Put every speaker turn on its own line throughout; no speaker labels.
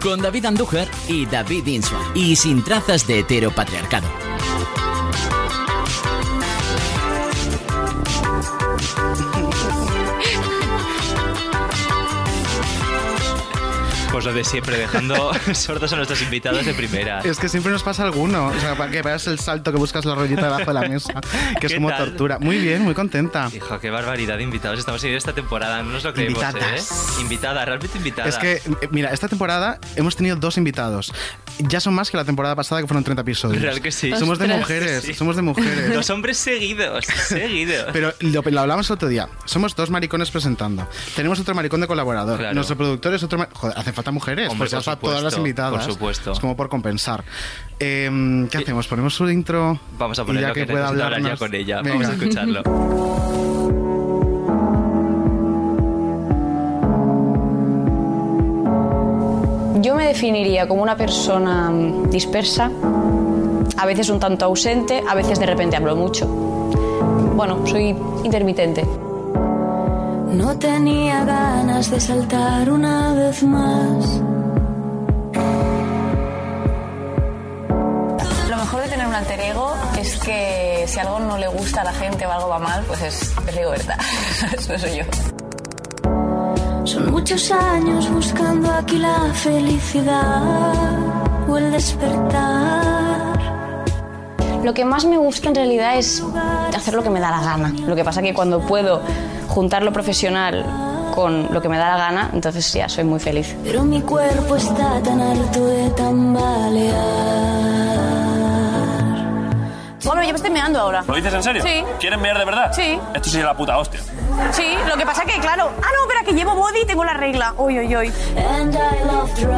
Con David Andújar y David Insua. Y sin trazas de heteropatriarcado.
Pues lo de siempre, dejando sordos a nuestros invitados de primera.
Es que siempre nos pasa alguno. O sea, para que veas el salto que buscas la rollita debajo de la mesa, que es
¿Qué
como
tal?
tortura. Muy bien, muy contenta.
Hijo, qué barbaridad de invitados estamos siguiendo esta temporada, no nos lo creemos,
Invitadas.
¿eh? Invitada, realmente invitada.
Es que, eh, mira, esta temporada hemos tenido dos invitados. Ya son más que la temporada pasada, que fueron 30 episodios.
Real que sí.
Somos de
Ostras.
mujeres,
Sí.
somos de mujeres.
Dos hombres seguidos, seguidos.
Pero lo, lo hablamos el otro día. Somos dos maricones presentando. Tenemos otro maricón de colaborador.
Claro.
Nuestro productor es otro. mar- Joder, hacen falta mujeres.
Hombre,
pues ya
por
está todas las
supuesto,
invitadas.
por supuesto.
Es como por compensar. Eh, ¿Qué hacemos? ¿Ponemos su intro?
Vamos a
Y
poner
ya
lo que,
que pueda
necesito hablar ya
hablarnos.
con ella.
Venga.
Vamos a escucharlo.
Yo me definiría como una persona mm, dispersa, a veces un tanto ausente, a veces de repente hablo mucho. Bueno, soy intermitente.
No tenía ganas de saltar una vez más.
Lo mejor de tener un alter ego es que si algo no le gusta a la gente o algo va mal, pues es, es Rigoberta. Eso soy yo.
Son muchos años buscando aquí la felicidad o el despertar.
Lo que más me gusta en realidad es hacer lo que me da la gana. Lo que pasa que cuando puedo juntar lo profesional con lo que me da la gana, entonces ya soy muy feliz.
Pero mi cuerpo está tan harto de tambalear.
Bueno, yo me estoy meando ahora.
¿Lo dices en serio?
Sí.
¿Quieren mirar de verdad?
Sí.
Esto sería la puta hostia.
Sí, lo que pasa que, claro. Ah, no, espera, que llevo body y tengo la regla. Uy, uy, uy.
And I love drugs.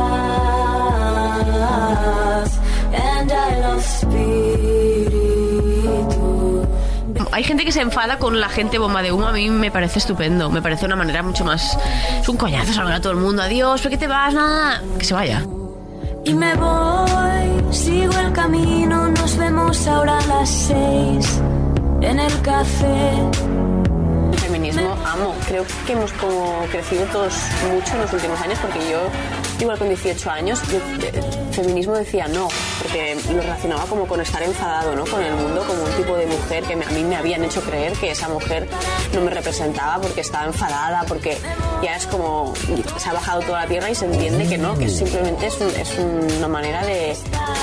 And I love spiritu.
Hay gente que se enfada con la gente bomba de humo. A mí me parece estupendo. Me parece una manera mucho más. Es un coñazo saludar a todo el mundo. Adiós, ¿por qué te vas? Nada. Que se vaya.
Y me voy, sigo el camino, nos vemos ahora a las seis en el café.
El feminismo amo. Creo que hemos como crecido todos mucho en los últimos años porque yo, igual con 18 años, yo, eh, feminismo decía no, porque lo relacionaba como con estar enfadado ¿no? con el mundo, como un tipo de mujer que me- a mí me habían hecho creer que esa mujer no me representaba porque estaba enfadada, porque ya es como se ha bajado toda la tierra y se entiende que no, que simplemente es, un- es una manera de,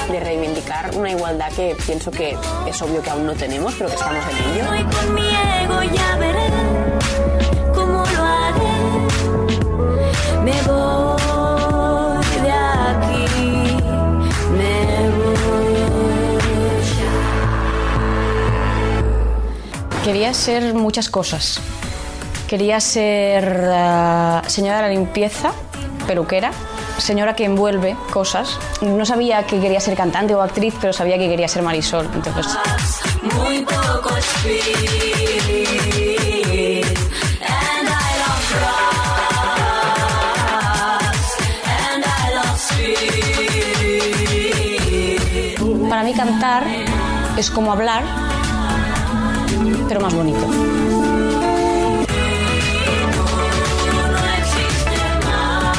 de reivindicar una igualdad que pienso que es obvio que aún no tenemos, pero que estamos en ello.
Hoy con mi ego ya veré cómo lo haré. Me voy de aquí, me voy.
Quería ser muchas cosas. Quería ser eh, señora de la limpieza, peluquera, señora que envuelve cosas. No sabía que quería ser cantante o actriz, pero sabía que quería ser Marisol. Entonces,
muy poco speed. And I love drugs. And I love speed.
para mí cantar es como hablar, pero más bonito.
No existe más,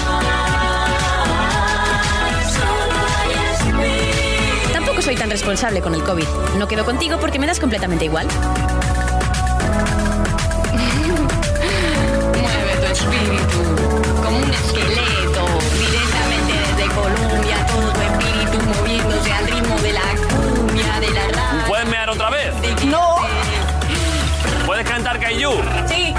solo hay speed.
Tampoco soy tan responsable con el COVID. No quedo contigo porque me das completamente igual.
Mueve tu espíritu como un esqueleto. Directamente desde Colombia, todo tu espíritu moviéndose al ritmo de la cumbia de la
¿Puedes mear otra vez?
No,
¿Puedes cantar Kaiju?
sí.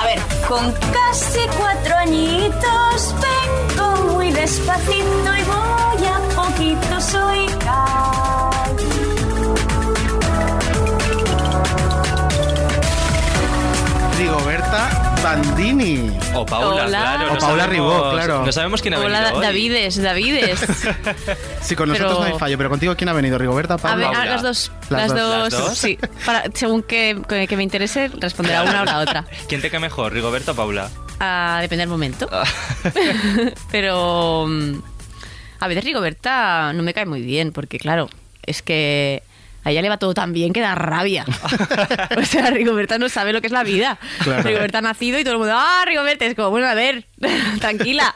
A ver,
Con casi cuatro añitos vengo muy despacito y voy a poquito soy calle.
Rigoberta Bandini.
O Paula,
Hola.
claro.
O
no
Paula
sabemos-
Ribó, claro.
No sabemos quién ha
Hola,
venido
Da-
hoy.
Davides, Davides.
Sí, con nosotros
Pero-
no hay fallo, pero contigo ¿quién ha venido? ¿Rigoberta,
A ver,
Paula?
a-
Paula.
las dos.
Las
Las,
dos.
dos.
Las dos.
Sí. Para, según que, que- que me interese, responderá una o la otra.
¿Quién te cae mejor, Rigoberta o Paula?
Ah, depende del momento. Pero. mm, A veces Rigoberta no me cae muy bien, porque claro, es que. A ella le va todo tan bien que da rabia. O sea, Rigoberta no sabe lo que es la vida.
Claro.
Rigoberta ha nacido y todo el mundo, ¡ah, Rigoberta! Es como, bueno, a ver, tranquila,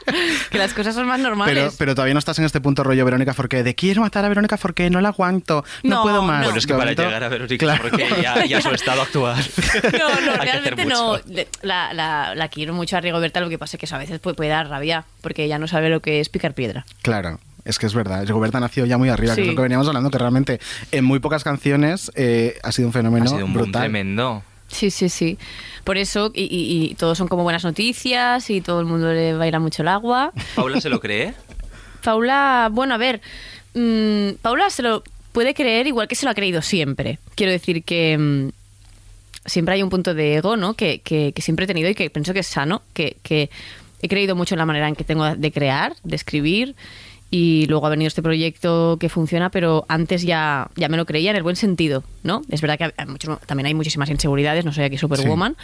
que las cosas son más normales.
Pero, pero todavía no estás en este punto rollo Verónica Forqué de quiero matar a Verónica Forqué, no la aguanto, no,
No,
puedo más.
no.
Bueno, es que
De
para
momento-
llegar a Verónica,
Claro.
porque ya, ya su estado actual.
No,
Hay que
no,
hacer
realmente no.
mucho.
Le- La, la- la quiero mucho a Rigoberta, lo que pasa es que eso a veces puede, puede dar rabia, porque ella no sabe lo que es picar piedra.
Claro, es que es verdad. Rigoberta nació ya muy arriba, que es
Sí.
lo que veníamos hablando, que realmente en muy pocas canciones eh, ha sido un fenómeno
ha sido un boom
brutal.
tremendo.
Sí, sí, sí. Por eso, y, y- y todos son como buenas noticias, y todo el mundo le baila mucho el agua.
¿Paula se lo cree?
Paula, bueno, a ver, mm, Paula se lo puede creer igual que se lo ha creído siempre. Quiero decir que mm, siempre hay un punto de ego, ¿no? Que, que- que siempre he tenido y que pienso que es sano, que, que he creído mucho en la manera en que tengo de crear, de escribir. Y luego ha venido este proyecto que funciona, pero antes ya, ya me lo creía en el buen sentido, ¿no? Es verdad que hay- hay mucho- también hay muchísimas inseguridades, no soy aquí Superwoman,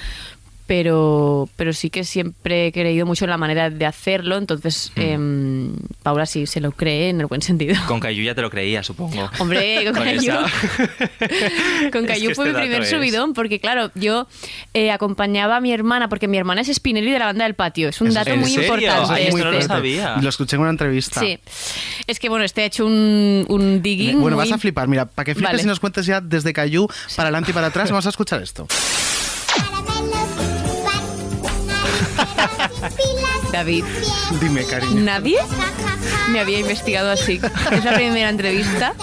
pero, pero sí que siempre he creído mucho en la manera de hacerlo, entonces em, Paula sí se lo cree en el buen sentido.
Con Cayu ya te lo creía, supongo.
Hombre, con Cayu. ¿eh?
esa-
Con
Es que
Cayu
este
fue mi
dato
primer
es-
subidón, porque claro, yo eh, acompañaba a mi hermana, porque mi hermana es Spinelli de la banda del patio. Es un
Eso
dato
es-
muy
¿En serio?
importante.
Ay,
Es
esto
muy
no lo
este.
fuerte.
sabía.
Lo escuché en una entrevista.
Sí. Es que bueno, este ha hecho un, un digging.
Bueno, vas
muy-
a flipar. Mira, para que flipes
Vale.
y nos cuentes ya desde Cayú para adelante y para atrás, vamos a escuchar esto.
David,
Dime, cariño.
nadie me había investigado así. Es la primera entrevista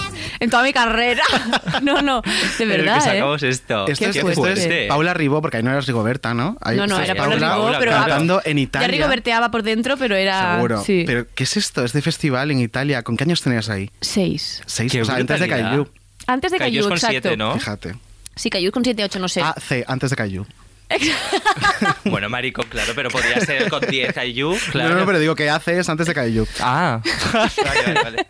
en toda mi carrera. No, no, de
Pero
verdad.
que
¿eh?
sacamos esto.
Esto
Qué
es,
fuerte.
esto es
fuerte.
Paula Ribó, porque ahí no eras Rigoberta, ¿no? Ahí
No, no,
estás
era
Paula
Paula
Ribó,
Ribó, pero
cantando en
ya
Italia.
rigoberteaba por dentro, pero era
Seguro.
sí.
Pero, ¿qué es esto? Este festival en Italia. ¿Con qué años tenías ahí?
seis.
Seis,
Qué
o sea, antes de
brutalidad.
Cayú.
Antes de
Cayu
Cayu,
es con
exacto.
siete, ¿no?
Fíjate.
Sí, Cayu con 7, 8, no sé.
AC, antes de Cayú.
Bueno, maricón, claro, pero podría ser con 10 Cayu, claro.
No, no, pero digo que AC es antes de Cayú.
Ah. Vale, vale, vale.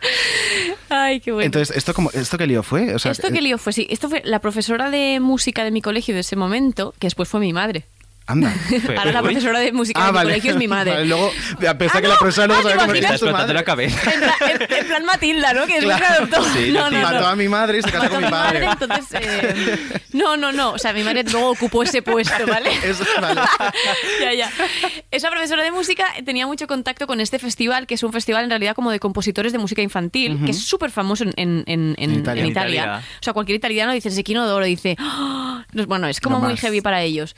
Ay, qué bueno.
Entonces, ¿esto, como, ¿esto qué lío fue? O sea,
esto que lío fue, sí, esto fue la profesora de música de mi colegio de ese momento, que después fue mi madre.
Anda.
Pero,
Ahora la
uy,
profesora de música de mi colegio es mi madre.
Ah, Vale, luego, a pesar
Ah,
que la
no,
profesora luego
ah,
se va a
¿te imaginas?
Te
convertir en
estás
su
cortando
madre.
la cabeza.
En, pla- en- en plan Matilda, ¿no? Que después
Claro.
me adoptó.
Sí,
no, no,
Mató
no.
a mi madre y se casó
Mató
con mi padre.
entonces. eh, no, no, no. O sea, mi madre luego ocupó ese puesto, ¿vale?
Eso, vale.
ya, ya. Esa profesora de música tenía mucho contacto con este festival, que es un festival en realidad como de compositores de música infantil, que es súper famoso en, en- en- en-
En Italia.
en Italia.
En Italia.
O sea, cualquier italiano dice Sequino d'Oro, dice. "Ah". No, Bueno, es como
No
muy
más.
heavy para ellos.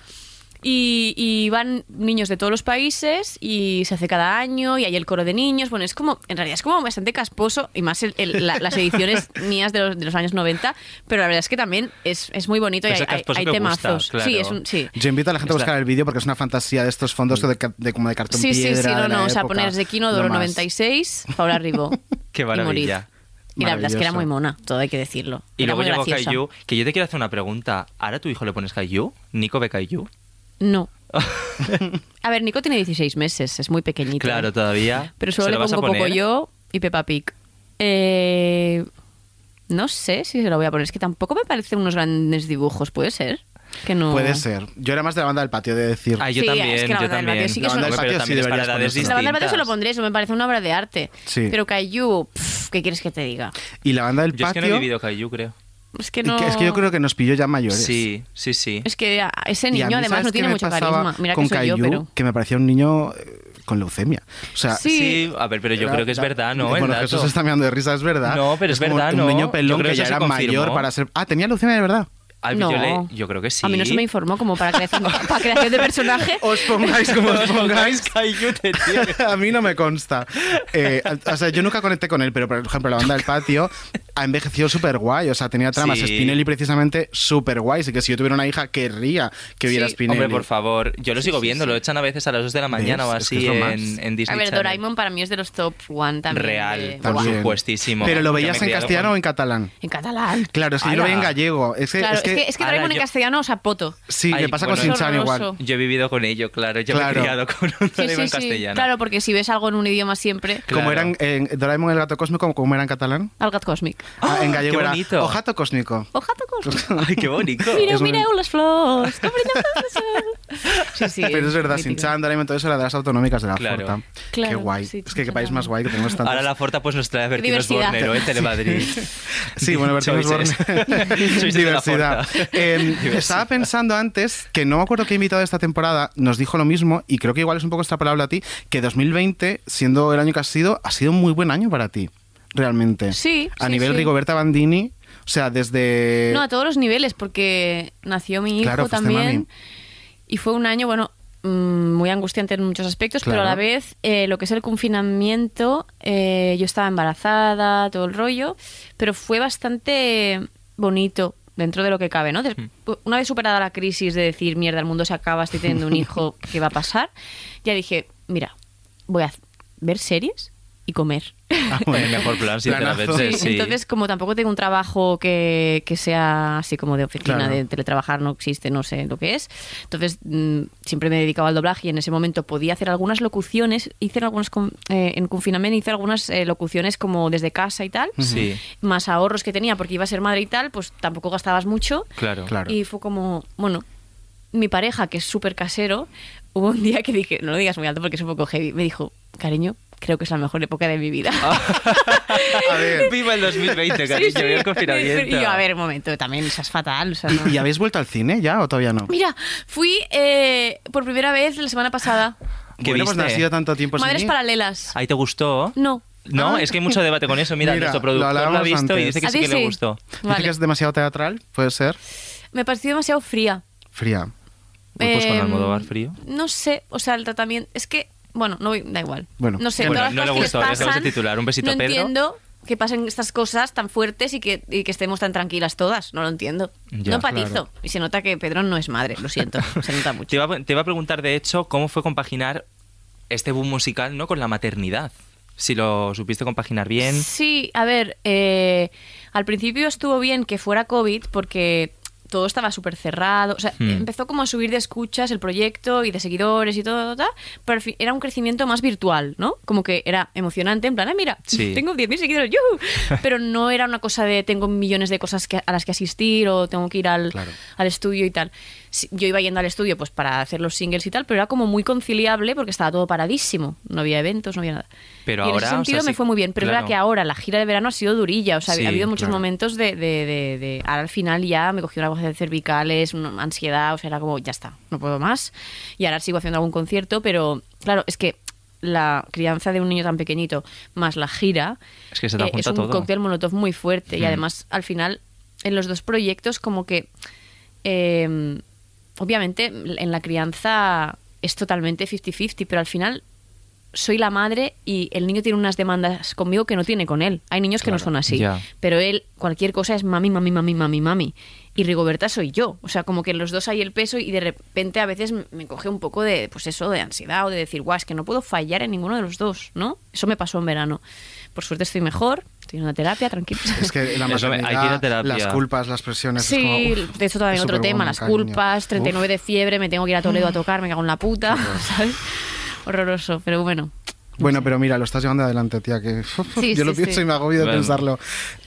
Y, y van niños de todos los países y se hace cada año y hay el coro de niños. Bueno, es como, en realidad es como bastante casposo y más el- el- la- las ediciones mías de los, de los años 90, pero la verdad es que también es, es muy bonito y
Pues
Ese
hay, hay-
Pues casposo
hay
que gusta,
temazos.
claro.
Sí, es un, sí. Mm.
Yo invito a la gente a
Está-
buscar el vídeo porque es una fantasía de estos fondos de, ca- de como de cartón
Sí, sí,
piedra.
sí, no,
de la
no. O sea,
época.
poner Zequino Doro
No más.
96, Paula Ribó.
Qué
y
maravilla.
morir. Y la verdad es que era
Maravilloso.
muy mona, todo hay que decirlo.
Y
Era
luego
muy
llegó
graciosa.
Cayu, que yo te quiero hacer una pregunta. ¿Ahora a tu hijo le pones Cayu? ¿Nico ve Cayu?
No. A ver, Nico tiene 16 meses, es muy pequeñito.
Claro,
¿eh?
todavía.
Pero
¿Se
solo le
lo vas a
pongo poco
poner?
yo y Peppa Pig. Eh, no sé si se lo voy a poner, es que tampoco me parecen unos grandes dibujos, ¿puede ser? Que no...
Puede ser. Yo era más de la banda del patio, de decir.
Ah,
Sí,
yo
es
también,
que la
yo
banda del
también.
patio sí que
No,
es una-
hombre, pero
Sí
también es para
deberías
edades
ponérselo.
La banda del
distintas.
patio se lo pondré, eso me parece una obra de arte.
Sí.
Pero Cayu, pf, ¿qué quieres que te diga?
y la banda del
Yo es que
patio.
no he vivido Cayu, creo.
Es que
y
no...
que- es que yo creo que nos pilló ya mayores.
Sí, sí, sí.
Es que a- ese
Y a mí,
Este niño además
¿sabes
no
qué
tiene
me
mucho
pasaba
carisma. Mira que
con
soy yo,
Caillou?
pero...
Que me parecía un niño eh, con leucemia. O sea,
Sí.
a ver, pero yo
era-
creo que es
era-
verdad, ¿no? El
Bueno,
dato.
Jesús está mirando de risa, es verdad.
No, pero es
como
verdad,
un
¿no?
niño
Yo
pelón
creo
que
que
ya
eso se
era
confirmó.
mayor para ser. Ah, tenía leucemia de verdad.
Ay,
No.
Yo, le- yo creo que sí.
A mí no se me informó como para creación, para creación de personaje.
Os Pues pongáis como os pongáis.
Caillou te tiene.
a mí no me consta. Eh, o sea, yo nunca conecté con él, pero por ejemplo, la banda del patio, ha envejecido súper guay. O sea, tenía tramas
Sí.
Spinelli precisamente súper guay. Así que si yo tuviera una hija, querría que viera
Sí.
Spinelli.
Hombre, por favor, yo lo sigo viendo, lo echan a veces a las 2 de la mañana o
Es que
así
es lo más.
en, en
A
Disney
ver,
Channel.
Doraemon para mí es de los top one también.
Real,
de-
por
Buah.
También.
supuestísimo.
Pero lo
Yo me he
veías en
criado
castellano
con-
o en catalán.
En catalán.
Claro, es que yo lo
Ala.
veía en gallego. Es que,
claro,
es que,
Ahora,
Doraemon en
yo-
castellano es a poto.
sí,
Ay,
le pasa
bueno,
con Sinchan
es
igual.
horroroso.
Yo he vivido con ello, claro. Yo me
Claro.
he criado con un
Sí,
Doraemon
sí,
en
sí.
castellano.
Claro, porque si ves algo en un idioma siempre,
Como
Claro.
eran en Doraemon el gato cósmico, como era en catalán.
Algat Cosmic.
Ah, en gallego
qué
era
bonito.
Ojato cósmico.
Ojato Cosmic.
Ay, qué bonito.
Mireu,
Es muy-
mireu les flors. Com brillen les flors. Sí, sí.
Pero es verdad,
mítico.
Sinchan, Doraemon, todo eso era de las autonómicas de la
Claro.
Forta. qué
Claro,
guay.
sí,
es que qué
Sinchan
país más
también.
guay que tenemos tantos.
Ahora la Forta pues nos trae a Bertín
Diversidad.
Osbornero en Telemadrid.
Sí, bueno, Bertín Osborne.
Choices. Choices de la
Diversidad.
Forta.
Eh,
Diversidad.
estaba pensando antes que no me acuerdo qué invitado de esta temporada nos dijo lo mismo y creo que igual es un poco extrapolable a ti, que 2020, siendo el año que has sido, ha sido un muy buen año para ti, realmente.
Sí,
A
sí,
nivel
sí.
Rigoberta Bandini, o sea, desde...
No, a todos los niveles, porque nació mi hijo
Eh, Claro, fuiste mami.
también. Y fue un año, bueno, mm, muy angustiante en muchos aspectos, pero a la
Claro.
vez eh, lo que es el confinamiento, eh, yo estaba embarazada, todo el rollo, pero fue bastante bonito dentro de lo que cabe, ¿no? Des- Una vez superada la crisis de decir, mierda, el mundo se acaba, estoy teniendo un hijo, ¿qué va a pasar? Ya dije, mira, voy a ver series y comer.
Ah, bueno.
El mejor plan,
Planazo.
sinceramente. Sí.
Entonces, como tampoco tengo un trabajo que, que sea así como de oficina,
Claro.
de teletrabajar, no existe, no sé lo que es. Entonces, mm, siempre me dedicaba al doblaje y en ese momento podía hacer algunas locuciones. Hice algunas, con- eh, en confinamiento hice algunas eh, locuciones como desde casa y tal.
Sí.
Más ahorros que tenía porque iba a ser madre y tal, pues tampoco gastabas mucho.
Claro.
Claro.
Y fue como, bueno, mi pareja, que es súper casero, hubo un día que dije, no lo digas muy alto porque es un poco heavy, me dijo, cariño, creo que es la mejor época de mi vida.
A ver.
Viva el 2020,
Sí,
cariño,
sí.
viva el confinamiento.
Y yo, a ver, un momento, también eso es fatal. o sea, no.
¿Y, y habéis vuelto al cine ya o todavía no?
Mira, fui eh, por primera vez la semana pasada.
¿Qué
bueno, pues no ha
viste?
sido tanto tiempo sin
Madres
mí.
paralelas.
¿Ahí te gustó?
No.
No,
Ah.
es que hay mucho debate con eso. Mira,
Mira,
nuestro
lo
productor lo, ha
hablábamos
visto y
antes.
dice que
¿A
sí
ti
que le
sí?
gustó.
Dice
Vale.
que es demasiado teatral, puede ser.
Me pareció demasiado fría.
Fría.
Uy, pues con
Eh,
Almodóvar frío.
No sé, o sea, el tratamiento. Es que, bueno, no voy- da igual.
Bueno.
no sé,
Bueno,
todas las
no
cosas
le
que
gustó, ya
les
sabemos el
pasan,
titular. Un besito a
no
Pedro.
entiendo que pasen estas cosas tan fuertes y que, y que estemos tan tranquilas todas. No lo entiendo.
Ya,
no empatizo. Y se nota que Pedro no es madre, lo siento. se nota mucho.
Te iba, a- te iba a preguntar, de hecho, cómo fue compaginar este boom musical no con la maternidad. Si lo supiste compaginar bien.
Sí, a ver, eh, al principio estuvo bien que fuera COVID porque todo estaba súper cerrado. O sea,
Hmm.
empezó como a subir de escuchas el proyecto y de seguidores y todo, tal, pero al fin- era un crecimiento más virtual, ¿no? Como que era emocionante, en plan, ah, mira,
Sí.
tengo 10.000 seguidores, ¡yujú! Pero no era una cosa de tengo millones de cosas que- a las que asistir o tengo que ir al,
Claro.
al estudio y tal. Sí, Yo iba yendo al estudio pues para hacer los singles y tal, pero era como muy conciliable porque estaba todo paradísimo. No había eventos, no había nada. y
Pero ahora, o
en
sea,
ese sentido
sí,
me fue muy bien, pero es
claro.
verdad que ahora la gira de verano ha sido durilla, o sea,
Sí,
ha habido muchos
claro.
momentos de, de, de, de- ahora al final ya me cogió una voz de cervicales, una ansiedad, o sea, era como, ya está, no puedo más. Y ahora sigo haciendo algún concierto, pero claro, es que la crianza de un niño tan pequeñito más la gira eh,
Es que se te
es
junta
un
todo.
cóctel molotov muy fuerte y
Mm.
además al final en los dos proyectos como que eh, obviamente en la crianza es totalmente 50-50, pero al final soy la madre y el niño tiene unas demandas conmigo que no tiene con él. Hay niños que no son así,
ya.
pero él cualquier cosa es mami, mami, mami, mami, mami. Y Rigoberta soy yo, o sea, como que los dos hay el peso y de repente a veces me coge un poco de, pues eso, de ansiedad o de decir, guau, es que no puedo fallar en ninguno de los dos, ¿no? Eso me pasó en verano. Por suerte estoy mejor, estoy en una terapia, tranquila.
Es que la
Eso me- hay que ir a
maternidad,
terapia.
las culpas, las presiones. es
Sí,
como, uf,
de hecho también
es
otro tema,
superwoman,
las
cariño. Mm.
culpas, 39 de fiebre, me tengo que ir a Toledo a tocar, me cago en la puta, ¿sabes? Horroroso, pero bueno.
Uf. Bueno, pero mira, lo estás llevando adelante, tía, que
Sí,
yo lo
sí,
pienso
sí.
y me agobio de
Bueno.
pensarlo.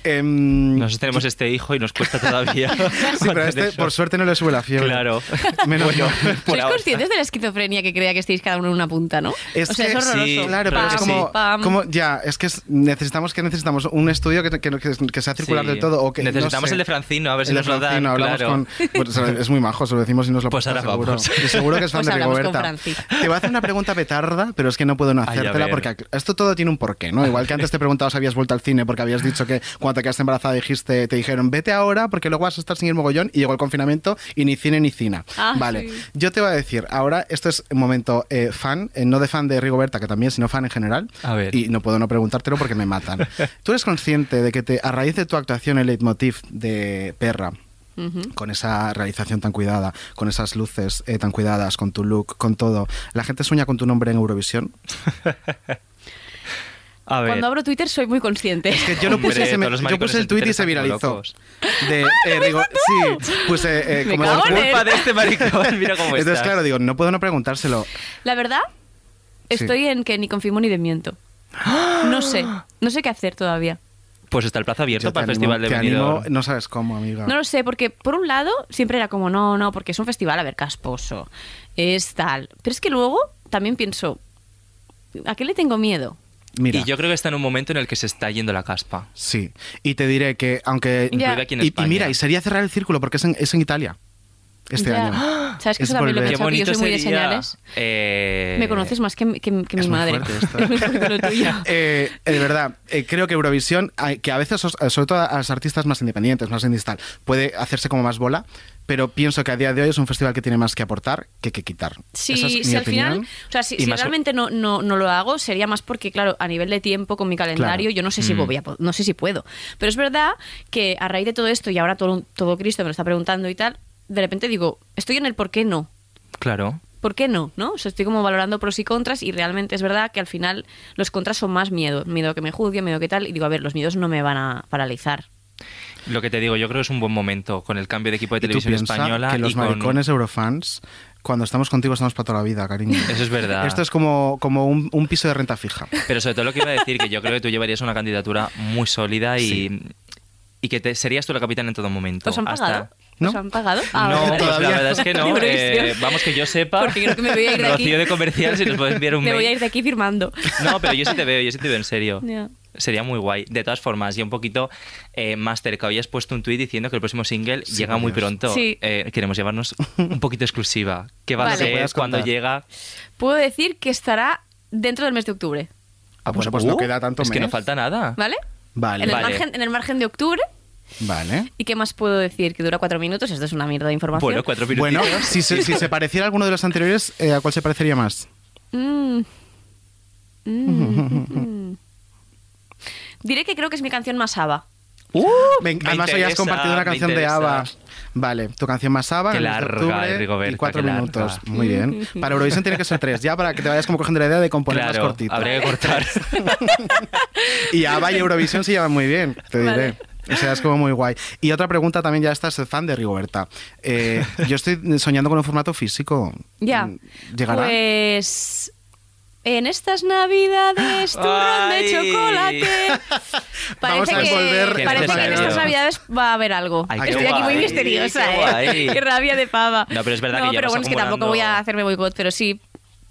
Em,
Nosotros tenemos este hijo y nos cuesta todavía.
sí, pero a este, por suerte, no le sube la fiebre.
Claro.
Menos
Bueno,
mal.
por
¿Sois
ahora.
conscientes de la esquizofrenia que crea que estéis cada uno en una punta, no?
Es
o sea,
que-
es horroroso.
sí,
Claro, pero
Claro
es
que
como,
sí.
pam.
como- ya, es que es- necesitamos que necesitamos un estudio que, que, que- que sea circular
Sí.
de todo. O que, no
Necesitamos
sé.
el de Francino, a ver si
El de
nos lo dan,
Francino, hablamos
claro.
con- bueno, se lo- es muy majo, se lo decimos y nos lo
Pues ahora
seguro.
vamos.
Y seguro que es fan
Pues
de
hablamos con
Rigoberta.
Franci.
Te voy a hacer una pregunta petarda, pero es que no puedo no
Ay, a
hacértela mola
bien.
porque esto todo tiene un porqué, ¿no? Igual que antes te preguntaba si habías vuelto al cine porque habías dicho que cuando te quedaste embarazada dijiste, te dijeron, vete ahora porque luego vas a estar sin ir mogollón y llegó el confinamiento y ni cine ni cina.
Ah,
vale,
sí.
yo te voy a decir, ahora esto es un momento eh, fan, eh, no de fan de Rigoberta, que también, sino fan en general.
A ver.
Y no puedo no preguntártelo porque me matan. ¿Tú eres consciente de que te, a raíz de tu actuación el leitmotiv de Perra, con esa realización tan cuidada, con esas luces eh, tan cuidadas, con tu look, con todo. La gente sueña con tu nombre en Eurovisión.
A ver.
Cuando abro Twitter soy muy consciente.
Es que yo lo puse,
Hombre,
se me-
todos los
yo
maricones
puse el
en
tweet y
Twitter
se
están como
viralizó.
locos.
Ah,
De, eh, digo, sí, puse eh,
Me
como
cago en él.
Culpa de este maricón, mira cómo
Entonces,
estás.
claro, digo, no puedo no preguntárselo.
La verdad, estoy en que ni confirmo ni demiento.
¡Ah!
No sé, no sé qué hacer todavía.
Pues está el plazo abierto
Yo te
para el
animo,
Festival de
te
Benidorm.
animo, no sabes cómo, amiga.
No lo sé, porque por un lado siempre era como, no, no, porque es un festival, a ver, casposo, es tal. Pero es que luego también pienso, ¿a qué le tengo miedo?
Mira.
Y yo creo que está en un momento en el que se está yendo la caspa.
Sí, y te diré que aunque...
Ya.
Incluida aquí en
y, y
España.
mira, y sería cerrar el círculo porque es en, es en Italia este
Ya.
año.
¿Sabes que
Es
eso también lo
volver.
he
Qué
pensado? que yo
bonito
soy muy de
sería,
señales.
eh,
Me conoces más que, que- que mi
es muy
madre.
fuerte esto.
Es muy fuerte lo tuyo.
Eh, de verdad, eh, creo que Eurovisión, hay- que a veces, os- sobre todo a los artistas más independientes, más indie tal, puede hacerse como más bola, pero pienso que a día de hoy es un festival que tiene más que aportar que que quitar.
Sí,
Esa es mi
si al
opinión.
final, o sea, si,
Y
si
más-
realmente no, no, no lo hago, sería más porque, claro, a nivel de tiempo, con mi calendario,
Claro.
yo no sé
Mm.
si voy a po- no sé si puedo. Pero es verdad que a raíz de todo esto, y ahora todo, todo Cristo me lo está preguntando y tal, de repente digo, estoy en el por qué no.
Claro.
¿Por qué no? ¿No? O sea, estoy como valorando pros y contras y realmente es verdad que al final los contras son más miedo. Miedo a que me juzguen, miedo a que tal. Y digo, a ver, los miedos no me van a paralizar.
Lo que te digo, yo creo que es un buen momento con el cambio de equipo de
Y tú
televisión
piensa
española.
que los
y con-
maricones eurofans, cuando estamos contigo, estamos para toda la vida, cariño.
Eso es verdad.
Esto es como, como un, un piso de renta fija.
Pero sobre todo lo que iba a decir, que yo creo que tú llevarías una candidatura muy sólida y, y que te- serías tú la capitana en todo momento.
¿Os han
Hasta-
pagado?
¿No?
¿Os han pagado? Ah,
No,
vale.
pues
Todavía.
la verdad es que no.
Digo,
eh,
Eurovisión.
vamos que yo sepa.
Porque creo que me voy a ir de aquí.
Rocío de comercial, si nos puedes enviar un
Me voy
mail.
a ir de aquí firmando.
No, pero yo sí te veo, yo sí te veo en serio.
Ya.
Sería muy guay. De todas formas, y un poquito eh, más cerca, habías puesto un tuit diciendo que el próximo single
Sí,
llega
por
muy
Dios.
pronto.
Sí.
Eh, queremos llevarnos un poquito exclusiva. ¿Qué va
Vale.
a
Que
ser
puedas
cuando
contar.
llega?
Puedo decir que estará dentro del mes de octubre,
Ah, bueno, pues no
Uh,
queda tanto
Es que no
mes.
falta nada.
¿vale?
Vale.
En el,
Vale.
margen, en el margen de octubre.
Vale.
¿Y qué más puedo decir? Que dura cuatro minutos. Esto es una mierda de información.
Bueno, cuatro minutos.
Bueno, si se, si se pareciera a alguno de los anteriores, eh, ¿a cuál se parecería más?
Mm. Mm, mm, mm. Diré que creo que es mi canción más ABBA.
Uh, Me-
Me
además, hoy has
interesa,
compartido una
me
canción de
interesa.
ABBA. Vale, tu canción más ABBA,
Qué
en el mes de
larga,
octubre,
Rigoberta,
y cuatro
qué larga.
minutos. Muy bien. Para Eurovisión tiene que ser tres, ya para que te vayas como cogiendo la idea de componer más
Claro,
cortito.
habría que cortar.
Y ABBA y Eurovisión se llevan muy bien, te diré.
Vale.
O sea, es como muy guay. Y otra pregunta también, ya estás fan de Rigoberta. Eh, yo estoy soñando con un formato físico.
Ya.
Mm, ¿Llegará?
Pues. En estas navidades, turrón
Ay.
de chocolate.
Vamos
Parece
a volver
que, parece que en
necesario.
estas navidades va a haber algo.
este Ay,
qué
Estoy aquí muy
guay,
misteriosa,
qué
¿eh?
guay.
Qué rabia de pava.
No, pero es verdad
No,
que ya
pero
vas
bueno, es que
acumulando-
tampoco voy a hacerme boicot, pero sí.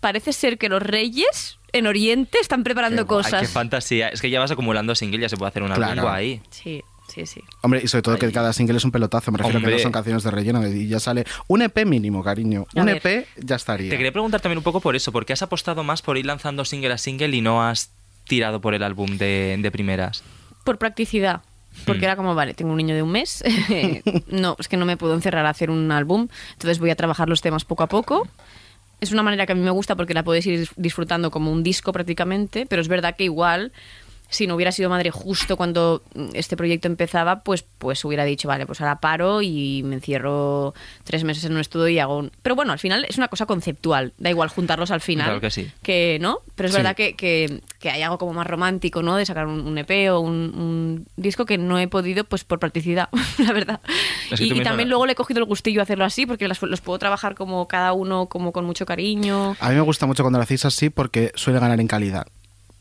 Parece ser que los reyes en Oriente están preparando
Ay, qué
cosas.
fantasía. Es que ya vas acumulando single, ya se puede hacer una
Claro.
lengua ahí.
Sí, sí, sí.
Hombre, y sobre todo que cada single es un pelotazo. Me refiero que
Hombre.
no son canciones de relleno. Y ya sale un EP mínimo, cariño.
A
un E
ver.
EP ya estaría.
Te quería preguntar también un poco por eso, porque has apostado más por ir lanzando single a single y no has tirado por el álbum de, de primeras.
Por practicidad. Porque
Mm.
era como, vale, tengo un niño de un mes, eh, no, es que no me puedo encerrar a hacer un álbum, entonces voy a trabajar los temas poco a poco. Es una manera que a mí me gusta porque la podéis ir disfrutando como un disco prácticamente, pero es verdad que igual, si no hubiera sido madre justo cuando mm, este proyecto empezaba, pues, pues hubiera dicho, vale, pues ahora paro y me encierro tres meses en un estudio y hago un... Pero bueno, al final es una cosa conceptual, da igual juntarlos al final.
Claro que sí.
Que no, pero es
Sí.
verdad que que, que, que hay algo como más romántico, ¿no? De sacar un, un EP o un, un disco que no he podido, pues por practicidad, la verdad.
Es que
Y,
tú
y
misma-
también luego le he cogido el gustillo a hacerlo así, porque las- los puedo trabajar como cada uno, como con mucho cariño.
A mí me gusta mucho cuando lo hacéis así porque suele ganar en calidad.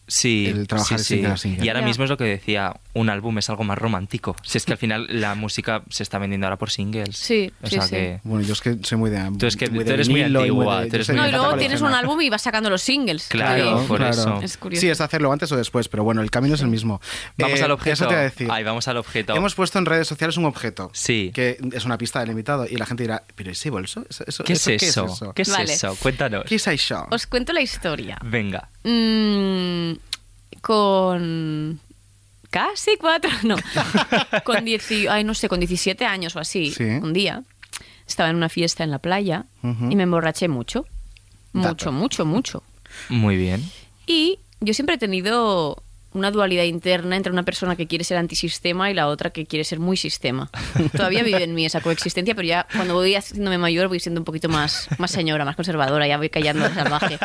Sí,
El trabajar
sí, sí.
single a single.
Y ahora
Ya.
mismo es lo que decía, un álbum es algo más romántico. Si es que al final la música se está vendiendo ahora por singles.
Sí,
o
sí,
sea
sí.
que...
Bueno, yo es que soy muy de
Tú es que-
de
tú eres muy
vinilo y
antigua,
de-
tú eres
yo
muy
soy
No,
de
y luego
coleccionar.
tienes un álbum y vas sacando los singles.
Claro.
que-
por eso.
Es curioso.
Sí, es hacerlo antes o después, pero bueno, el camino es el mismo.
Vamos
Eh,
al objeto.
Eso te iba a decir.
Ay, vamos al objeto.
Hemos pusto en redes sociales un objeto.
Sí.
Que es una pista delimitado. Y la gente dirá, ¿pero ese bolso? ¿Eso- eso-
¿Qué es
¿Qué es
eso? ¿Qué es
Vale.
eso? Cuéntanos.
¿Qué es eso?
Os cuento la historia.
Venga.
mm, con casi cuatro, no, con dieci- ay, no sé, con 17 años o así,
Sí.
un día estaba en una fiesta en la playa
Ujú.
y me emborraché mucho,
Dato.
mucho, mucho, mucho.
Muy bien.
Y yo siempre he tenido una dualidad interna entre una persona que quiere ser antisistema y la otra que quiere ser muy sistema. Todavía vive en mí esa coexistencia, pero ya cuando voy haciéndome mayor voy siendo un poquito más, más señora, más conservadora, ya voy callando de salvaje.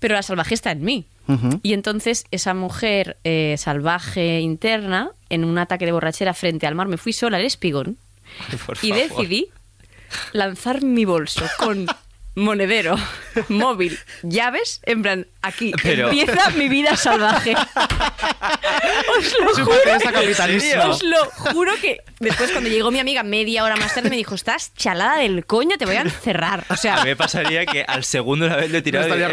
Pero la salvaje está en mí.
Ujú.
Y entonces esa mujer eh, salvaje interna, en un ataque de borrachera frente al mar, me fui sola al espigón y decidí lanzar mi bolso con monedero, móvil, llaves, en plan, aquí
Pero-
empieza mi vida salvaje. Os lo
Es un
juro.
patriarca capitalista.
Os lo juro que después cuando llegó mi amiga media hora más tarde me dijo, estás chalada del coño, te voy a encerrar. O sea,
A mí me pasaría que al segundo una vez le tiraba
Me estaría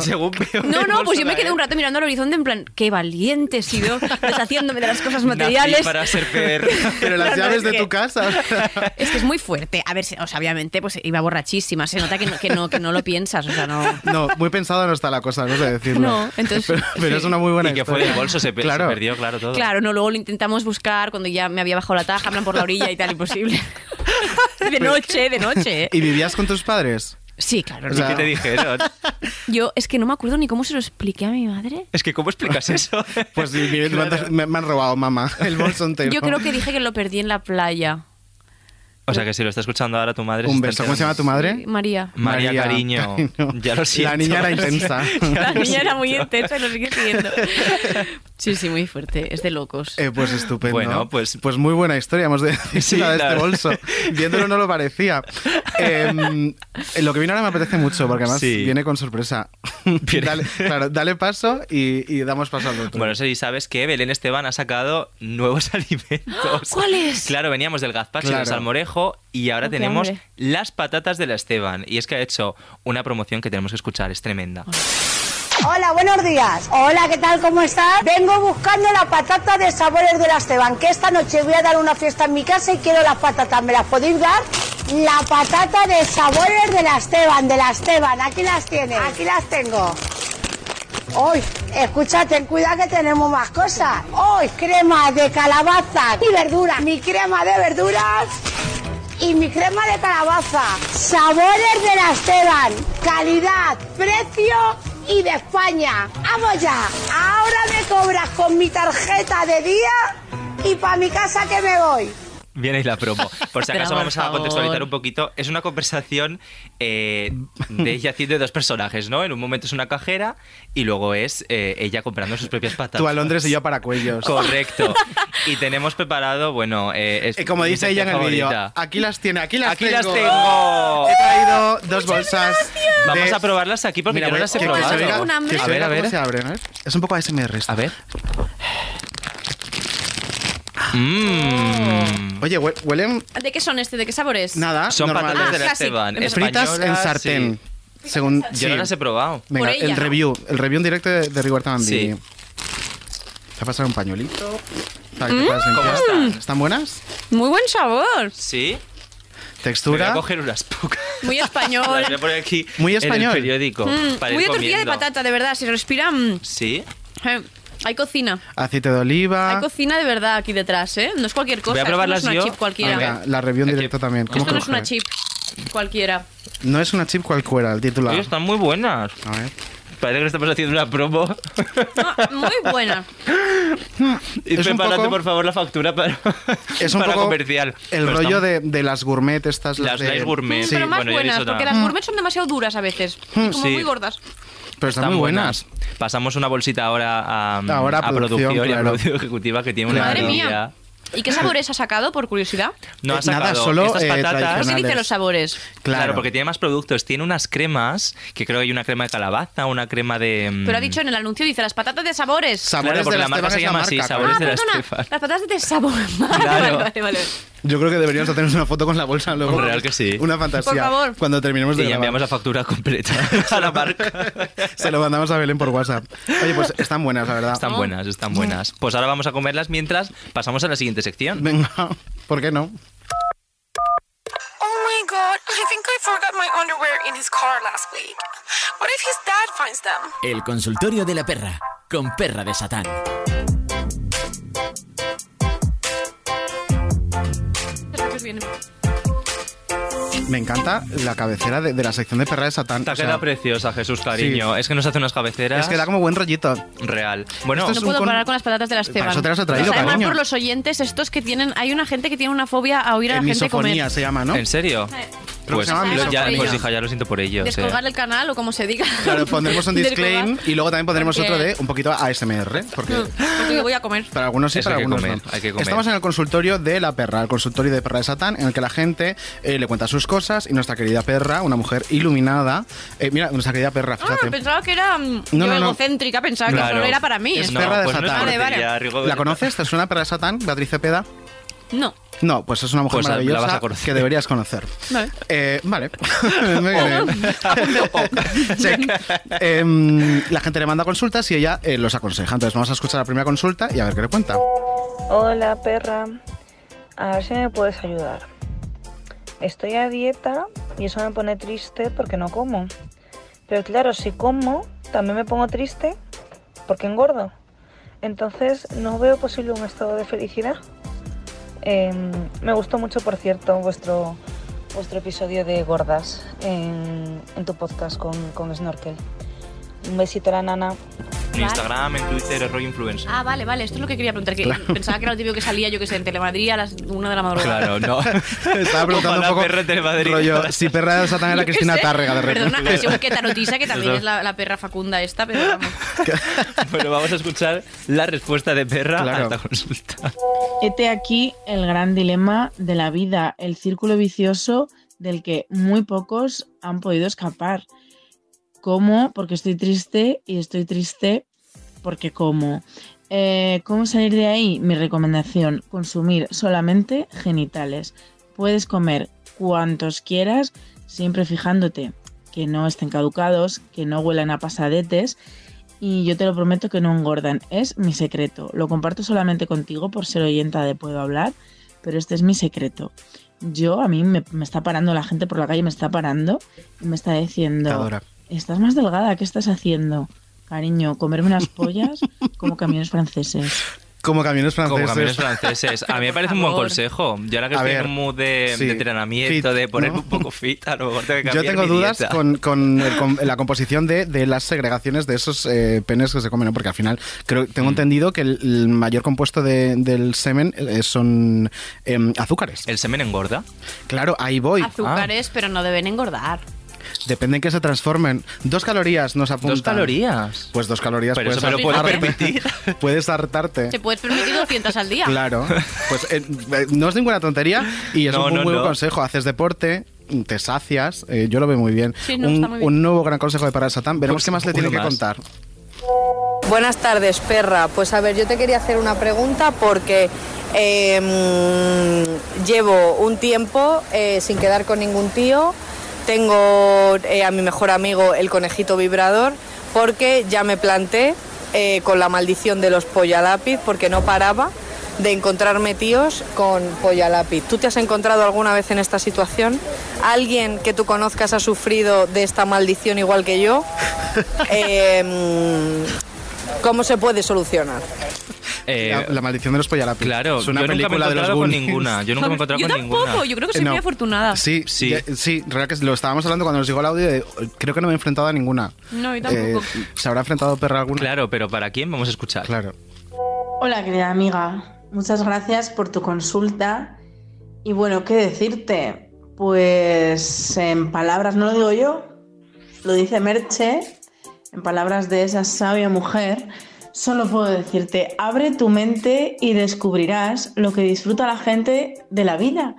Según veo
No,
el
no, pues
bolso
yo me
de
quedé
ahí.
un rato mirando al horizonte en plan, qué valiente he sido deshaciéndome de las cosas
Nací
materiales.
para ser PR.
Pero las
No, no,
llaves
es
de
que-
tu casa.
Es que es muy fuerte. A ver, se- o sea, obviamente, pues iba borrachísima. Se nota que no, que no, que no lo piensas. O sea, no.
No, muy pensada no está la cosa, no sé decirlo.
No, entonces-
Pero, pero es una muy buena
Y que fue
historia.
del bolso, se, pe- se
Claro.
perdió, claro, todo.
Claro, no, luego lo intentamos buscar cuando ya me había bajado la taja, en plan por la orilla y tal, imposible. De noche, de noche. ¿eh?
¿Y vivías con tus padres?
Sí, claro.
O sea,
¿Qué te dijeron?
Yo es que no me acuerdo ni cómo se lo expliqué a mi madre.
Es que, ¿cómo explicas eso?
Pues sí, me- me, me han robado, mamá, el bolso entero.
Yo creo que dije que lo perdí en la playa.
O sea, que si lo está escuchando ahora tu madre...
Un
se está
beso. ¿Cómo se llama tu
enterando.
madre?
María.
María, cariño. Ya lo siento.
La niña era intensa.
La niña era muy intensa y lo sigue siguiendo. Sí, sí, muy fuerte. Es de locos.
Eh, pues estupendo.
Bueno, pues-
pues muy buena historia, hemos de decir,
Sí,
la de
la
este
verdad.
bolso. Viéndolo no lo parecía. Em, lo que viene ahora me apetece mucho, porque además
Sí.
viene con sorpresa.
Viene-
Dale, claro, dale paso y, y damos paso al otro.
Bueno, eso sí, sabes que Belén Esteban ha sacado nuevos alimentos.
¿Cuáles?
Claro, veníamos del gazpacho y del
Claro.
salmorejo y ahora
Oh, qué
tenemos
hambre.
las patatas de la Esteban. Y es que ha hecho una promoción que tenemos que escuchar, es tremenda.
Hola, buenos días. Hola, ¿qué tal? ¿Cómo estás? Vengo buscando la patata de sabores de la Esteban, que esta noche voy a dar una fiesta en mi casa y quiero las patatas. ¿Me las podéis dar? La patata de sabores de la Esteban, de la Esteban. Aquí las tienes. Aquí las tengo. Hoy, escucha, ten cuidado que tenemos más cosas. Hoy, crema de calabaza y verdura. Mi crema de verduras y mi crema de calabaza. Sabores de la Esteban. Calidad, precio y de España. ¡Vamos ya! Ahora me cobras con mi tarjeta de día y para mi casa que me voy.
Viene ahí la promo. Por si
Pero,
acaso
por
vamos a
favor.
contextualizar un poquito. Es una conversación eh, de ella haciendo dos personajes, ¿no? En un momento es una cajera y luego es eh, ella comprando sus propias patatas.
Tú a Londres y yo para cuellos.
Correcto. Y tenemos preparado, bueno... eh, es
Eh, como
mi
dice ella en el
sección
vídeo,
favorita.
aquí las tiene, aquí las
Aquí
tengo.
las tengo.
He traído dos bolsas. de-
Oh. Vamos a probarlas aquí porque yo no
voy-
las he
que- que se
probado.
oiga-
Tengo un hambre.
que se
A ver,
oiga
a
cómo
ver.
se abren, ¿eh? Es un poco ASMR esto.
A ver. Mm.
Oye, hue- huelen
¿De qué son este? ¿De qué sabores?
nada.
Son
normales.
patatas de
Ah,
la
casi.
Esteban.
Fritas
fritas en
españolas,
sartén.
sí.
Según
Yo no
sí.
las he probado.
Venga,
Por ella.
el review, el review en directo de, de Rigor Tamandini.
Sí.
Te ha pasado un pañuelito. Para que te
Mm.
puedas limpiar.
¿Cómo están?
buenas?
Muy buen sabor.
Sí. Me voy a
Textura.
coger unas pocas.
Muy español.
Las voy a poner aquí
Muy
En el
español.
periódico.
Mm,
para ir
muy de tortilla de
comiendo.
patata, de verdad. Se respira. mm,
Sí.
eh, hay cocina.
Aceite de oliva.
Hay cocina de verdad aquí detrás, ¿eh? No es cualquier cosa.
Voy a
esto
probarlas
no es una
yo.
chip cualquiera.
Venga, la review en
Aquí.
directo también. ¿Cómo
Esto no es
coge?
una chip cualquiera.
No es una chip cualquiera, el titular.
Oye, están muy buenas.
A ver.
Parece que le estamos haciendo una promo.
Ah, muy buena.
Y
Es un
prepárate,
poco-
por favor, la factura para,
Es un
para
poco
comercial.
el
Pero
rollo
están-
de, de las gourmet estas.
Las
de-
Nice Gourmet.
Mm,
Sí,
pero más
bueno, yo he
buenas,
visto
porque
otra.
las gourmet son demasiado duras a veces.
Mm.
y como
sí.
muy gordas.
Pero están, muy buenas.
Pasamos una bolsita ahora a,
Ahora a
a producción,
producción,
y a
claro.
producción ejecutiva que tiene una
Madre
calidad.
mía. ¿Y qué sabores ha sacado, por curiosidad?
No ha
Eh, nada,
sacado
solo,
estas
eh,
patatas.
¿Por qué
Personales.
dice los sabores?
Claro. porque tiene más productos. Tiene unas cremas, que creo que hay una crema de calabaza, una crema de... mm,
Pero ha dicho en el anuncio, dice las patatas de sabores.
Sabores
Claro, porque
de
la
las
marca
Tebanas
se
es la
llama así,
marca,
sabores
Ah,
de las
perdona,
Estefan.
las patatas de sabor. Vale,
Claro.
vale, vale.
Yo creo que deberíamos hacer una foto con la bolsa luego.
Real que sí.
Una fantasía.
Por favor.
Cuando terminemos de Ah.
Y ya
grabar.
enviamos la factura completa a la marca.
Se lo mandamos a Belén por WhatsApp. Oye, pues están buenas, la verdad.
Están buenas, están buenas. Pues ahora vamos a comerlas mientras pasamos a la siguiente sección.
Venga, ¿por qué no?
Oh my god.
God, I think I forgot my underwear in his car last week. What if his dad finds them?
El consultorio de la perra, con perra de Satán.
Me encanta la cabecera de, de la sección de perra de Satán.
Te
o sea,
queda preciosa, Jesús, cariño.
sí.
Es que nos hace unas cabeceras.
es que da como buen rollito.
Real. Bueno,
Esto
No
es
puedo
un con-
parar con las patatas de las
Para
Esteban.
eso te las he traído,
O sea, además
cariño.
por los oyentes estos que tienen... Hay una gente que tiene una fobia a oír a la gente
misofonía
comer.
se llama, ¿no?
¿en serio?
Creo
Pues,
que se llama
lo- ya,
misofonía.
pues hija, ya lo siento por ellos. eh.
Descolgar el canal o como se diga.
Claro, pondremos un
Descolgar.
disclaim y luego también pondremos
Porque-
otro de un poquito ASMR, porque
Porque Mm, voy a comer.
para algunos sí,
Eso
para
hay que
algunos
comer,
no.
hay que comer.
Estamos en el consultorio de la perra, el consultorio de perra de Satán, en el que la gente eh, le cuenta sus cosas y nuestra querida perra, una mujer iluminada, eh, mira, nuestra querida perra,
Ah,
fíjate.
pensaba que era mm, yo
No, no, no.
egocéntrica, pensaba que
Claro.
solo era para mí. ¿eh?
Es
no,
perra de
pues no es
Satán.
por
Vale, vale.
ti, ya, Rigoberta.
¿La conoces? ¿Te suena perra de Satán, Beatriz Cepeda?
No.
No, pues es una mujer
Pues la- la
maravillosa
vas a conocer.
que deberías conocer.
Vale.
Eh, vale. Muy bien. Check. Em, la gente le manda consultas y ella eh, los aconseja. Entonces vamos a escuchar la primera consulta y a ver qué le cuenta.
Hola perra, a ver si me puedes ayudar. Estoy a dieta y eso me pone triste porque no como. Pero claro, si como, también me pongo triste porque engordo. Entonces no veo posible un estado de felicidad. Em, me gustó mucho, por cierto, vuestro, vuestro episodio de gordas en, en tu podcast con, con Snorkel. Un besito a la nana.
En Instagram, en Twitter, es rollo influencer.
Ah, vale, vale, esto es lo que quería preguntar. Que Pensaba que era lo típico que salía, yo que sé, en Telemadrid a las una de la madrugada.
Claro, no.
Estaba preguntando
Ojalá
un poco
perra de Madrid.
rollo, si perra de Satán era
Yo qué
Cristina
sé.
Tárrega de repente.
Perdona, es un quetarotisa que también
Eso.
es la, la perra facunda esta, pero vamos.
Ah.
Bueno, vamos a escuchar la respuesta de perra
Claro.
a esta consulta.
Hete Este aquí el gran dilema de la vida, el círculo vicioso del que muy pocos han podido escapar. ¿Cómo? Porque estoy triste y estoy triste porque como. Eh, ¿Cómo salir de ahí? Mi recomendación, consumir solamente genitales. Puedes comer cuantos quieras, siempre fijándote que no estén caducados, que no huelan a pasadetes y yo te lo prometo que no engordan. Es mi secreto. Lo comparto solamente contigo por ser oyenta de Puedo Hablar, pero este es mi secreto. Yo, a mí me, me está parando la gente por la calle, me está parando y me está
Te
diciendo,
adora.
estás más delgada, ¿qué estás haciendo? Cariño, comerme unas pollas como camiones franceses.
Como camiones franceses.
Como camiones franceses. A mí me parece un buen
favor.
consejo. Y ahora que
A
estoy
ver,
como de,
sí.
de entrenamiento,
Fit,
de ponerme
¿no?
un poco fit, a lo mejor tengo que
Yo
cambiar
tengo
mi
dudas
dieta.
con, con el com- la composición de, de las segregaciones de esos eh, penes que se comen, ¿no? porque al final creo tengo
Mm.
entendido que el, el mayor compuesto de- del semen eh, son em, azúcares.
¿El semen engorda?
Claro, ahí voy. Ah,
Azúcares, pero no deben engordar.
Depende en qué se transformen. Dos calorías nos apuntan.
Dos calorías.
Pues dos calorías
Pero
puedes
eso me lo puedo
hartarte.
permitir.
puedes hartarte.
Te puedes permitir 200 al día.
Claro. Pues eh, eh, no es ninguna tontería y es
No,
un muy
no,
buen
no.
consejo. Haces deporte, te sacias. eh, yo lo veo muy bien.
Sí, no,
un,
está muy bien.
un nuevo gran consejo de Parasatán. Satán. Veremos
Pues
qué más le
uno
tiene que
más.
contar.
Buenas tardes, perra. Pues a ver, yo te quería hacer una pregunta porque eh, mm, llevo un tiempo eh, sin quedar con ningún tío. Tengo eh, a mi mejor amigo el conejito vibrador porque ya me planté eh, con la maldición de los polla lápiz porque no paraba de encontrarme tíos con polla lápiz. ¿Tú te has encontrado alguna vez en esta situación? ¿Alguien que tú conozcas ha sufrido de esta maldición igual que yo? Eh, mm, ¿Cómo se puede solucionar?
Eh,
la, la maldición de los pollarapis.
claro,
es una
yo nunca me he
película de los
encontrado con
Goonies.
ninguna. Yo nunca me he encontrado
yo
con
tampoco,
ninguna.
yo creo que
Eh,
soy
no.
muy afortunada.
Sí,
Sí.
sí. sí, real que lo estábamos hablando cuando nos llegó el audio. de, creo que no me he enfrentado a ninguna.
No, yo
Eh,
tampoco.
¿Se habrá enfrentado perra alguna?
Claro, pero ¿para quién vamos a escuchar?
Claro.
Hola, querida amiga. Muchas gracias por tu consulta. Y bueno, ¿qué decirte? Pues en palabras, no lo digo yo, lo dice Merche, en palabras de esa sabia mujer, solo puedo decirte, abre tu mente y descubrirás lo que disfruta la gente de la vida.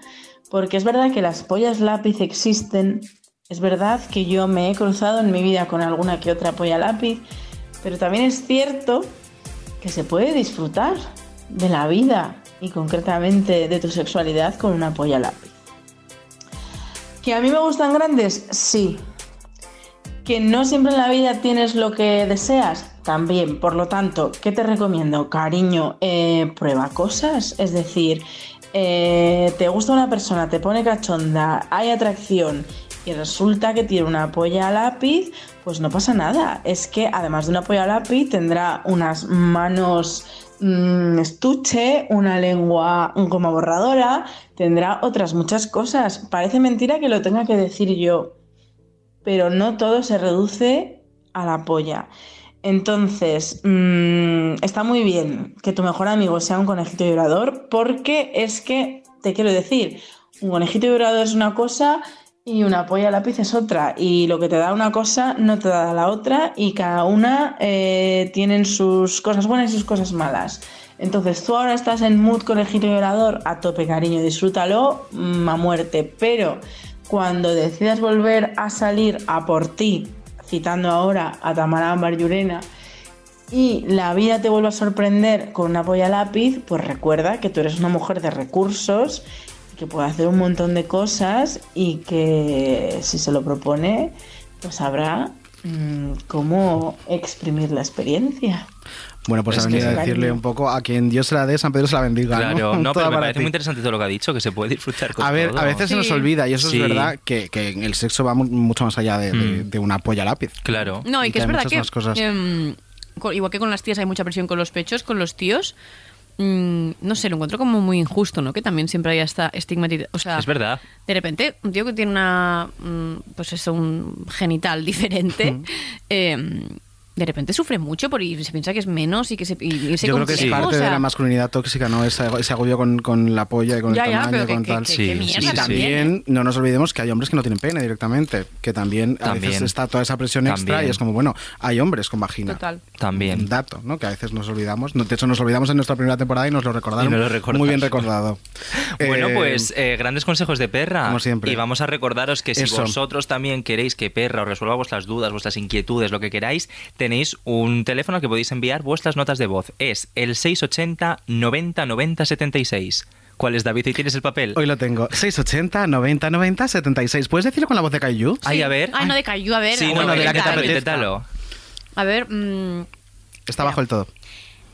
Porque es verdad que las pollas lápiz existen, es verdad que yo me he cruzado en mi vida con alguna que otra polla lápiz, pero también es cierto que se puede disfrutar de la vida y concretamente de tu sexualidad con una polla lápiz. ¿Que a mí me gustan grandes? Sí. ¿Que no siempre en la vida tienes lo que deseas? También. Por lo tanto, ¿qué te recomiendo? Cariño, eh, prueba cosas. Es decir, eh, te gusta una persona, te pone cachonda, hay atracción y resulta que tiene una polla a lápiz, pues no pasa nada. Es que además de una polla a lápiz tendrá unas manos mm, estuche, una lengua mm, como borradora, tendrá otras muchas cosas. Parece mentira que lo tenga que decir yo, pero no todo se reduce a la polla. Entonces, mm, está muy bien que tu mejor amigo sea un conejito llorador, porque es que, te quiero decir, un conejito llorador es una cosa y una polla lápiz es otra. Y lo que te da una cosa no te da la otra y cada una eh, tienen sus cosas buenas y sus cosas malas. Entonces tú ahora estás en mood conejito llorador, a tope cariño, disfrútalo mm, a muerte. Pero cuando decidas volver a salir a por ti, citando ahora a Tamara Ámbar Llurena, y la vida te vuelve a sorprender con una polla lápiz, pues recuerda que tú eres una mujer de recursos que puede hacer un montón de cosas y que si se lo propone, pues sabrá mm, cómo exprimir la experiencia.
Bueno, pues
Es
ha venido
que-
a decirle un poco a quien Dios se la dé, San Pedro se la bendiga.
Claro, no, pero
Toda
me
para
parece
ti.
muy interesante todo lo que ha dicho, que se puede disfrutar con
A ver,
todo.
a veces se nos olvida, y eso
Sí. Mm.
es verdad, que, que en el sexo va mu- mucho más allá de, de- de una polla lápiz.
Claro.
No, y, que es
hay
verdad
muchas
que.
más cosas.
em, co- igual que con las tías hay mucha presión con los pechos, con los tíos. mm, no sé, lo encuentro como muy injusto, ¿no? Que también siempre hay esta estigmatización. O sea,
Es verdad.
De repente, un tío que tiene una. mm, Pues eso, un genital diferente. em, de repente sufre mucho por y se piensa que es menos y que se. y- y se
Yo creo que es
compleja, o
parte de
sea,
la masculinidad tóxica, ¿no? Ese, ese agobio con, con la polla y con
Ya,
el
ya,
tamaño,
pero que-
con
que-
tal.
que- que Sí, mierda sí, sí.
y también no nos olvidemos que hay hombres que no tienen pene directamente, que también, a veces
También.
está toda esa presión extra
También.
y es como, bueno, hay hombres con vagina.
Total.
También.
Un dato, ¿no? Que a veces nos olvidamos. No, De hecho, nos olvidamos en nuestra primera temporada y nos lo recordaron.
Y nos lo recordamos.
Muy bien recordado.
Bueno,
Eh,
pues eh, grandes consejos de perra.
como siempre.
Y vamos a recordaros que si
Eso.
vosotros también queréis que perra os resuelva vuestras dudas, vuestras inquietudes, lo que queráis, tenéis un teléfono al que podéis enviar vuestras notas de voz. Es el 680 90 90 76. ¿Cuál es, David? Ahí tienes el papel.
Hoy lo tengo. 680 90 90 76. ¿Puedes decirlo con la voz de Caillou?
Ay, a ver.
Ay, no de cayó, a ver.
Sí,
a
no,
ver,
venga,
¿qué tal?
inténtalo, inténtalo.
A ver, mm,
Está bajo el todo.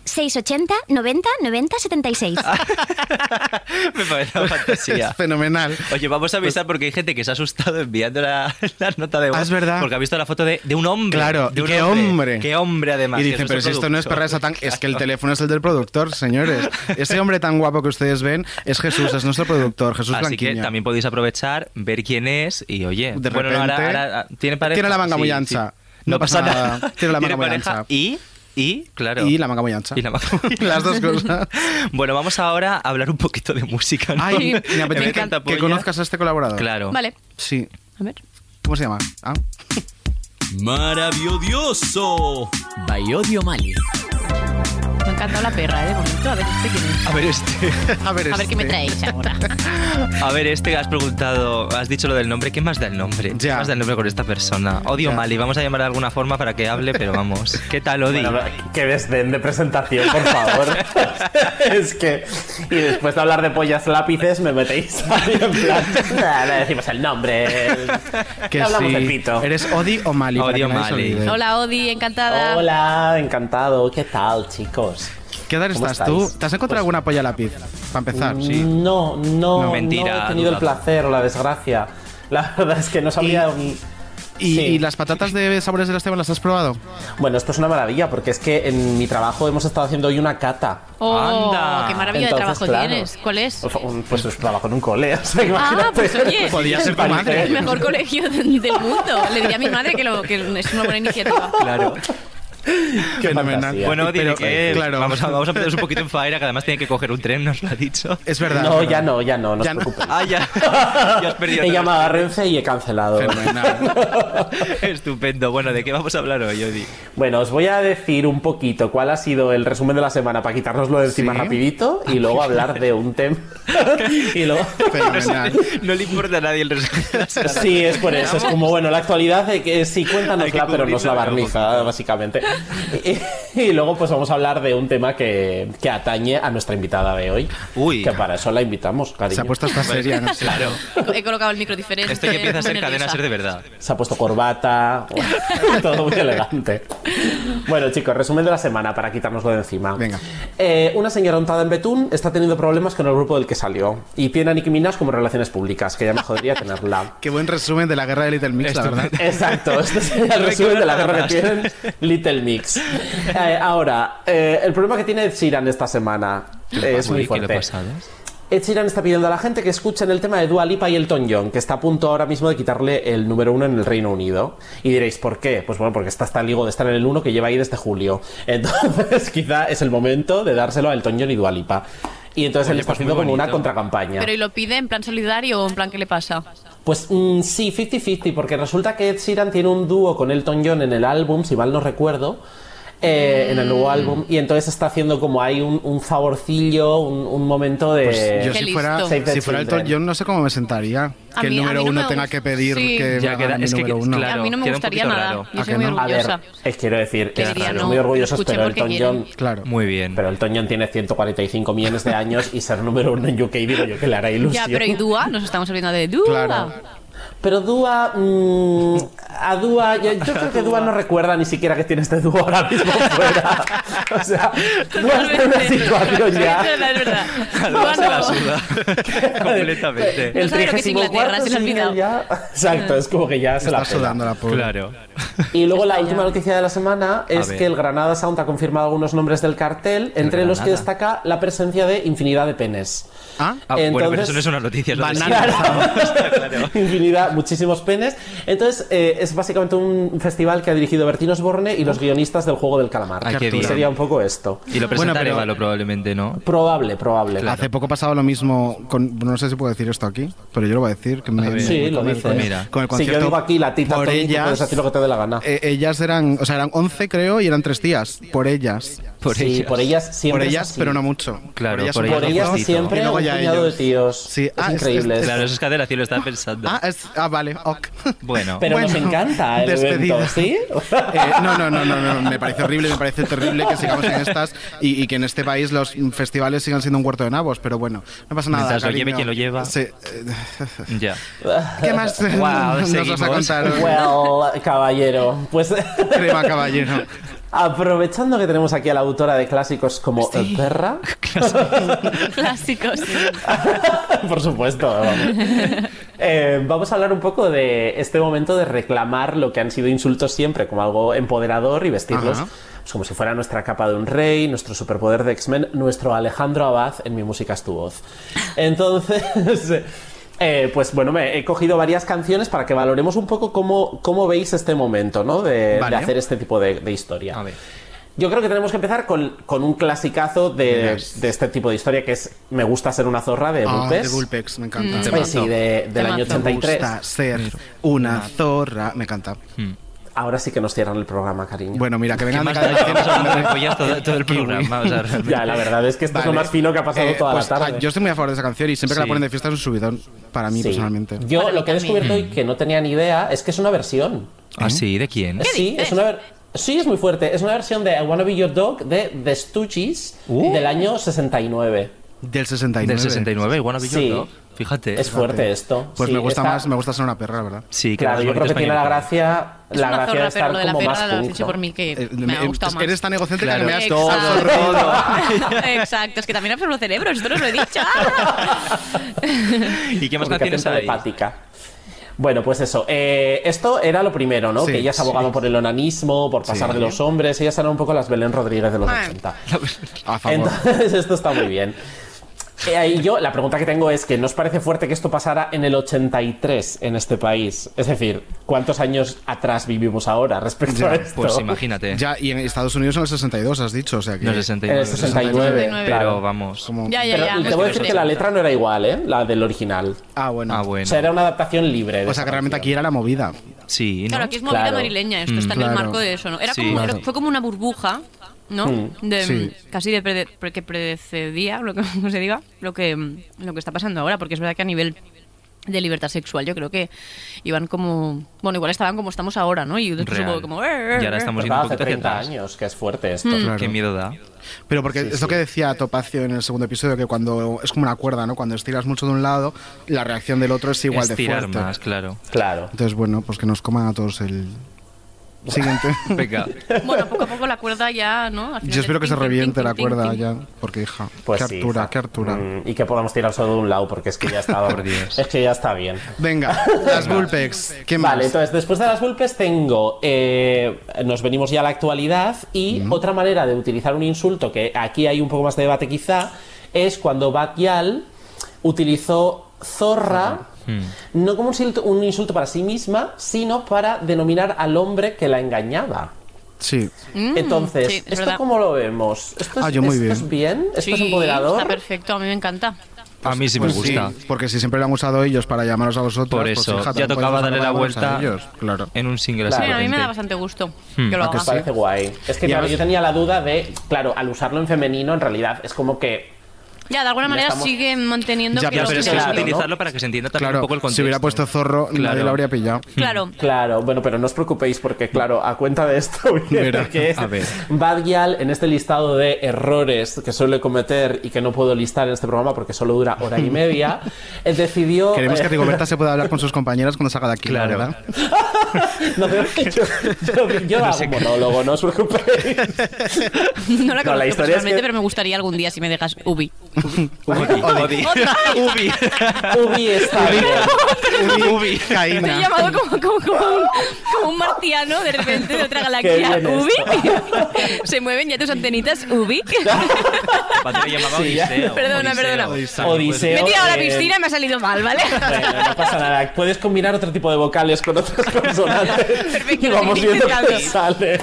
680 90 90 76.
Me parece una fantasía.
Es fenomenal. Pues
Oye, vamos a avisar porque hay gente que se ha asustado enviando la, la nota de voz.
Ah, es verdad.
Porque ha visto la foto de, de un hombre.
Claro,
de
y
un
qué hombre.
Qué hombre, además.
y
que
dicen,
es
pero si
nuestro
esto no es
productor".
perra de Satán, es que el teléfono es el del productor, señores. Ese hombre tan guapo que ustedes ven es Jesús, es nuestro productor, Jesús
Así
Blanquiño.
que también podéis aprovechar, ver quién es y oye,
De
bueno, no, ahora-
repente,
ahora- ah, tiene pareja.
tiene la manga muy
Sí,
ancha.
sí.
No pasa nada. Tiene la manga muy
pareja
ancha.
Y, y, claro.
Y la manga muy ancha.
Y la manga muy
Las dos cosas.
Bueno, vamos ahora a hablar un poquito de música. ¿no?
Ay, me
En vez de
apetece
tanta
que,
polla.
conozcas a este colaborador.
Claro.
Vale.
Sí.
A ver.
¿Cómo se llama? Ah.
Maravilloso. Bayodio Mali.
me ha encantado la perra, ¿eh? De momento, a ver este quién es.
A ver este.
A ver,
A ver qué me traéis ahora.
A ver, este has preguntado, has dicho lo del nombre, ¿qué más da el nombre? ¿Qué más da el nombre con esta persona? Odio
Ya.
Mali, vamos a llamar de alguna forma para que hable, pero vamos. ¿Qué tal, Odi?
Bueno, que les den de presentación, por favor. es que. Y después de hablar de pollas lápices, me metéis ahí en plan. "Nah, le decimos el nombre. el-
Que
le hablamos
sí.
del pito.
¿Eres Odi o Mali? para
Odi o
que nadie se
Mali.
olvide.
Hola, Odi, encantada.
Hola, encantado. ¿Qué tal, chicos?
¿Qué tal
¿Cómo
estás
estáis? Pues- Mm,
tú? ¿Te has encontrado alguna polla lápiz? Para empezar, sí.
No, no, no he tenido el
dudado.
placer o la desgracia. La verdad es que no sabía. un-
¿Y,
Sí.
y las patatas de sabores de las Esteban las has probado?
Bueno, esto es una maravilla porque es que en mi trabajo hemos estado haciendo hoy una cata.
Oh, qué maravilla de
Entonces,
trabajo
claro,
tienes. ¿Cuál es?
Pues, un- pues es trabajo en un cole, o sea,
Ah,
imagínate.
pues oye,
¿eh?
el
Parece-
mejor colegio de- del mundo. Le diría a mi madre que, lo, que es una buena iniciativa.
Claro.
Fenomenal.
Bueno,
Pero,
dile
eh,
que
claro.
vamos, a, vamos a meternos un poquito en faena, que además tiene que coger un tren, nos lo ha dicho.
Es verdad.
No, ya no, ya no, no
Ya
os
no.
preocupéis.
Ah, ya. ya has perdido.
He
todo.
llamado a Renfe y he cancelado.
Estupendo. Bueno, ¿de qué vamos a hablar hoy, Odi?
Bueno, os voy a decir un poquito cuál ha sido el resumen de la semana para quitárnoslo de encima
Sí.
rapidito y luego hablar de un tema. y luego...
Fenomenal. No le importa a nadie el resultado.
Sí, es por eso. Es como, bueno, la actualidad de que sí,
Hay
cuéntanosla,
que
pero nos la
cubrirla de algo.
barniza, básicamente. Y, y luego pues vamos a hablar de un tema que, que atañe a nuestra invitada de hoy. Uy. Que para eso la invitamos, cariño.
Se ha puesto hasta seria, no sé. Claro.
He colocado el micro diferente.
Este
Esto que empieza a
muy
ser cadena
nerviosa.
ser de verdad. Se ha puesto corbata, todo muy elegante. Bueno, chicos, resumen de la semana para quitárnoslo de encima. Venga. una señora untada en Betún está teniendo problemas con el grupo del que salió y tiene a Nicki Minaj como relaciones públicas, que ya me jodería tenerla.
Qué buen resumen de la guerra de Little Mix, la verdad.
Exacto, este sería el resumen de la guerra que tienen Little Mix. Eh, ahora, eh, el problema que tiene Ed Sheeran esta semana eh, es muy
¿Qué le
fuerte.
ha pasado?
Ed Sheeran está pidiendo a la gente que escuchen el tema de Dua Lipa y Elton John, que está a punto ahora mismo de quitarle el número uno en el Reino Unido. Y diréis, ¿por qué? Pues bueno, porque está hasta el higo de estar en el uno que lleva ahí desde julio. Entonces, quizá es el momento de dárselo a Elton John y Dua Lipa. Y entonces él
Oye,
está
pues muy
haciendo como una
bonito.
contracampaña.
Pero ¿y lo pide en plan solidario o en plan qué le pasa?
Pues mm, sí, 50-50, porque resulta que Ed Sheeran tiene un dúo con Elton John en el álbum, si mal no recuerdo, eh, en el
Mm.
nuevo álbum, y entonces está haciendo como hay un, un favorcillo, un, un momento de...
Pues yo si fuera,
Save the
si fuera el
Children.
Elton John no sé cómo me sentaría.
A
que el
mí- a
número
mí no
uno
me
tenga
gusta.
que pedir
Sí.
que
Ya
me
queda-
hagan
es
mi
que-
número uno.
claro, A mí no me queda un gustaría poquito nada. raro. Yo
¿A
soy
que
muy
no?
A ver,
orgullosa.
es quiero decir,
Que
es
diría,
raro,
no,
muy orgullosos,
escuchen
pero
porque
Elton
quieren.
John, claro. Muy bien. Pero Elton John tiene 145 millones de años y ser número uno en UK digo yo que le hará ilusión.
Ya, pero ¿y Dúa? Nos estamos olvidando de Dúa.
Pero Dúa, mm, a Dúa, yo, yo creo que Dúa no recuerda ni siquiera que tiene este dúo ahora mismo fuera. O sea, Dúa está en una situación ya.
Es verdad.
Dúa se la
Completamente.
No sabe lo que es Inglaterra, se le ha olvidado.
Exacto, es como que ya se la
Está sudando la pobre.
Claro.
Y luego la última noticia de la semana es
ver.
que el Granada Sound ha confirmado algunos nombres del cartel,
El
entre los que
Granada.
destaca la presencia de infinidad de penes.
Ah,
bueno, pero eso no es una noticia. es lo de
Banana.
siempre.
infinidad, muchísimos penes. Entonces, eh, es básicamente un festival que ha dirigido Bertino Osborne y los guionistas del juego del calamar.
Ay, qué
Y
bien.
sería un poco esto.
Y lo
Bueno,
presentaré,
pero-
Valo, probablemente, ¿no?
Probable, probable.
Hace poco pasaba lo mismo con. No sé si puedo decir esto aquí, pero yo lo voy a decir. Que
A
me,
ver. Sí,
me-
lo
con el-
dices.
con el-
Mira.
Con el
Si yo
concierto.
digo aquí, la tita
por
Tony, tú
ellas,
puedes decir lo que te dé la gana.
eh, ellas eran. O sea, eran 11, creo, y eran tres tías. Por ellas.
Por Sí, ellas. por ellas siempre
Por
es
ellas,
así.
pero no mucho.
Claro,
un
por ellas
poquito,
un poquito.
y luego ya ellos.
tíos.
Sí,
Ah,
ah, es- es-
Claro, eso es cadena, sí lo estaba pensando.
Ah, es- ah, vale, ok.
Bueno.
Pero nos
Bueno,
encanta el
despedida.
evento, ¿sí?
Eh, no, no, no, no, no, me parece horrible, me parece terrible que sigamos en estas y, y que en este país los festivales sigan siendo un huerto de nabos, pero bueno, no pasa nada.
Mientras lo lleve
cariño.
quien lo lleva.
Sí, eh,
Ya.
¿Qué más eh,
Guau,
nos vas a
seguimos.
contar? hoy?
Well, caballero. Pues.
Crema caballero.
Aprovechando que tenemos aquí a la autora de clásicos como eh, Perra,
Clásicos.
por supuesto, vamos. Eh, vamos a hablar un poco de este momento de reclamar lo que han sido insultos siempre como algo empoderador y vestirlos
Ajá.
pues, como si fuera nuestra capa de un rey, nuestro superpoder de X-Men, nuestro Alejandro Abad en Mi Música es tu voz. Entonces, eh, pues bueno, me he cogido varias canciones para que valoremos un poco cómo, cómo veis este momento, ¿no? De, de
Vale.
hacer este tipo de, de historia. Yo creo que tenemos que empezar con, con un clasicazo de, de este tipo de historia que es Me gusta ser una zorra de
Ah, de
Vulpes.
Vulpex, me encanta.
Mm. Temazo. Sí, de- del año
Me
83.
gusta ser una zorra. Me encanta.
Mm.
Ahora sí que nos cierran el programa, cariño.
Bueno, mira, que vengan de
más
cada
da?
vez.
Vamos a hablar de pollas todo- todo el
Kiwi.
programa, o sea, realmente. Ya, la verdad es que esto es lo más fino que ha pasado toda la
pues,
tarde.
ah, Yo estoy muy a favor de esa canción y siempre que la
Sí.
ponen de fiesta es un subidón para mí
Sí.
personalmente.
Yo lo que he descubierto hoy que no tenía ni idea es que es una versión.
¿Ah, sí? ¿De quién?
Sí, es una ver- sí, es muy fuerte. Es una versión de I Wanna Be Your Dog de The Stooges
Uh.
del año 69.
Del 69.
Del 69, Wanna Be Your
Sí.
Dog. Fíjate.
Es fuerte esto.
Pues
Sí,
me gusta
está-
más, me gusta ser una perra, la verdad.
Sí,
Claro, yo creo que tiene la gracia,
Es
la
una
gracia
zorra,
de
pero
estar
lo de la
como más
perra lo has
punk,
dicho
¿no?
por mí que me ha
eh,
gustado más.
eres tan egocéntrica que me has
Exacto.
todo.
Exacto, es que también absorbo cerebros, esto no os lo he dicho.
¿Y qué más
Comunicación
canciones hay?
telepática. Bueno, pues eso. eh, esto era lo primero, ¿no?
Sí,
que ellas
sí.
abogaban por el onanismo, por pasar
Sí.
de los hombres. Ellas eran un poco las Belén Rodríguez de los 80.
A
Entonces, esto está muy bien. Eh, ahí yo, la pregunta que tengo es que ¿nos parece fuerte que esto pasara en el 83 en este país? Es decir, ¿cuántos años atrás vivimos ahora
Pues
respecto a esto?
pues Ya, y en Estados Unidos en el 62, has dicho. O sea que...
No, el 69.
El 69, claro.
Pero vamos.
Ya, ya,
Pero
ya,
te voy a decir
sí.
que la letra no era igual, ¿eh? La del original.
Ah, bueno.
O sea, era una adaptación libre.
O sea, que realmente aquí era la movida.
Sí, Mm.
Claro, aquí es movida madrileña,
Mm.
esto está en el marco de eso, ¿no? Era
Sí.
como,
Claro.
era- fue como una burbuja, ¿no?
Mm.
De,
Sí.
Casi de prede- pre- mm, que predecedía, lo que, como se diga, lo que, lo que está pasando ahora, porque es verdad que a nivel de libertad sexual. Yo creo que iban como. Bueno, igual estaban como estamos ahora, ¿no? Y después
Real.
hubo como. "Eh, eh,
Y ahora
eh".
estamos yendo un Hace poquito hacia 30 atrás. años, que es fuerte esto. Mm. Claro.
Qué miedo da.
Pero porque es lo que decía Topacio en el segundo episodio, que cuando es como una cuerda, ¿no? Cuando estiras mucho de un lado, la reacción del otro es igual
Estirar
de fuerte.
más, claro.
Claro.
Entonces, bueno, pues que nos coman a todos el siguiente.
Venga.
Bueno, poco a poco la cuerda ya, ¿no? Al final
Yo espero
del
que se
ting, ting,
reviente
ting,
la
ting,
cuerda
ting.
ya, porque hija,
Pues
qué
sí,
hartura,
hija.
qué hartura.
Mm, y que podamos tirar solo de un lado, porque es que ya está. es que ya está bien.
Venga, las Vulpex. ¿Qué más?
Vale, entonces después de las vulpes tengo. eh, nos venimos ya a la actualidad y otra manera de utilizar un insulto, que aquí hay un poco más de debate quizá, es cuando Batyal utilizó zorra.
Hmm.
No como un insulto, un insulto para sí misma, sino para denominar al hombre que la engañaba.
Sí.
Entonces,
Mm, sí, es
¿esto
verdad.
cómo lo vemos? ¿Esto es,
Ah, yo muy
esto es bien? ¿Esto es
Sí,
empoderador?
Está perfecto, a mí me encanta.
A mí sí me
Pues
gusta.
porque si siempre lo han usado ellos para llamaros a vosotros,
Por
pues,
eso,
hija,
ya
también
tocaba
podemos
darle la
llamarlos a
vuelta
ellos. claro.
en un single
Sí, a mí me da
ascendente.
bastante gusto
Hmm.
que lo
¿A que
haga.
sí?
Parece guay. Es que
Y
claro,
además-
yo tenía la duda de, claro, al usarlo en femenino, en realidad es como que.
Ya, de alguna
Ya
manera
estamos-
sigue manteniendo
Ya,
que
ya,
los
pero
Eso es
Claro, ¿no?
utilizarlo para que se entienda también
Claro,
un poco el
si
contexto.
hubiera puesto zorro, nadie
Claro.
lo habría pillado.
Claro.
Claro, bueno, pero no os preocupéis porque, claro, a cuenta de esto, viene
Mira,
que es
a ver.
Bad Gyal, en este listado de errores que suele cometer y que no puedo listar en este programa porque solo dura hora y media, eh, decidió.
Queremos que
eh,
Rigoberta se pueda hablar con sus compañeras cuando salga de aquí, la
Claro.
¿verdad?
No, pero yo, yo, yo hago un monólogo, no os preocupéis.
No la
la
conozco
historia es
personalmente,
que-
pero me gustaría algún día si me dejas Ubi.
Odi, Odi. Ubi.
Ubi está bien.
Ubi.
Me he llamado como, como, como un, como un martiano de repente de otra galaxia.
Qué bien
Ubi. Se mueven ya tus antenitas. Ubi.
Patrick llamaba
Sí, ya.
Odiseo.
Perdona,
Odiseo. pues,
perdona.
Odiseo.
Me he tirado a la
eh,
piscina y me ha salido mal, ¿vale?
Bueno, no pasa nada. Puedes combinar otro tipo de vocales con otras consonantes
Perfecto,
y vamos viendo qué
intercambio.
sale.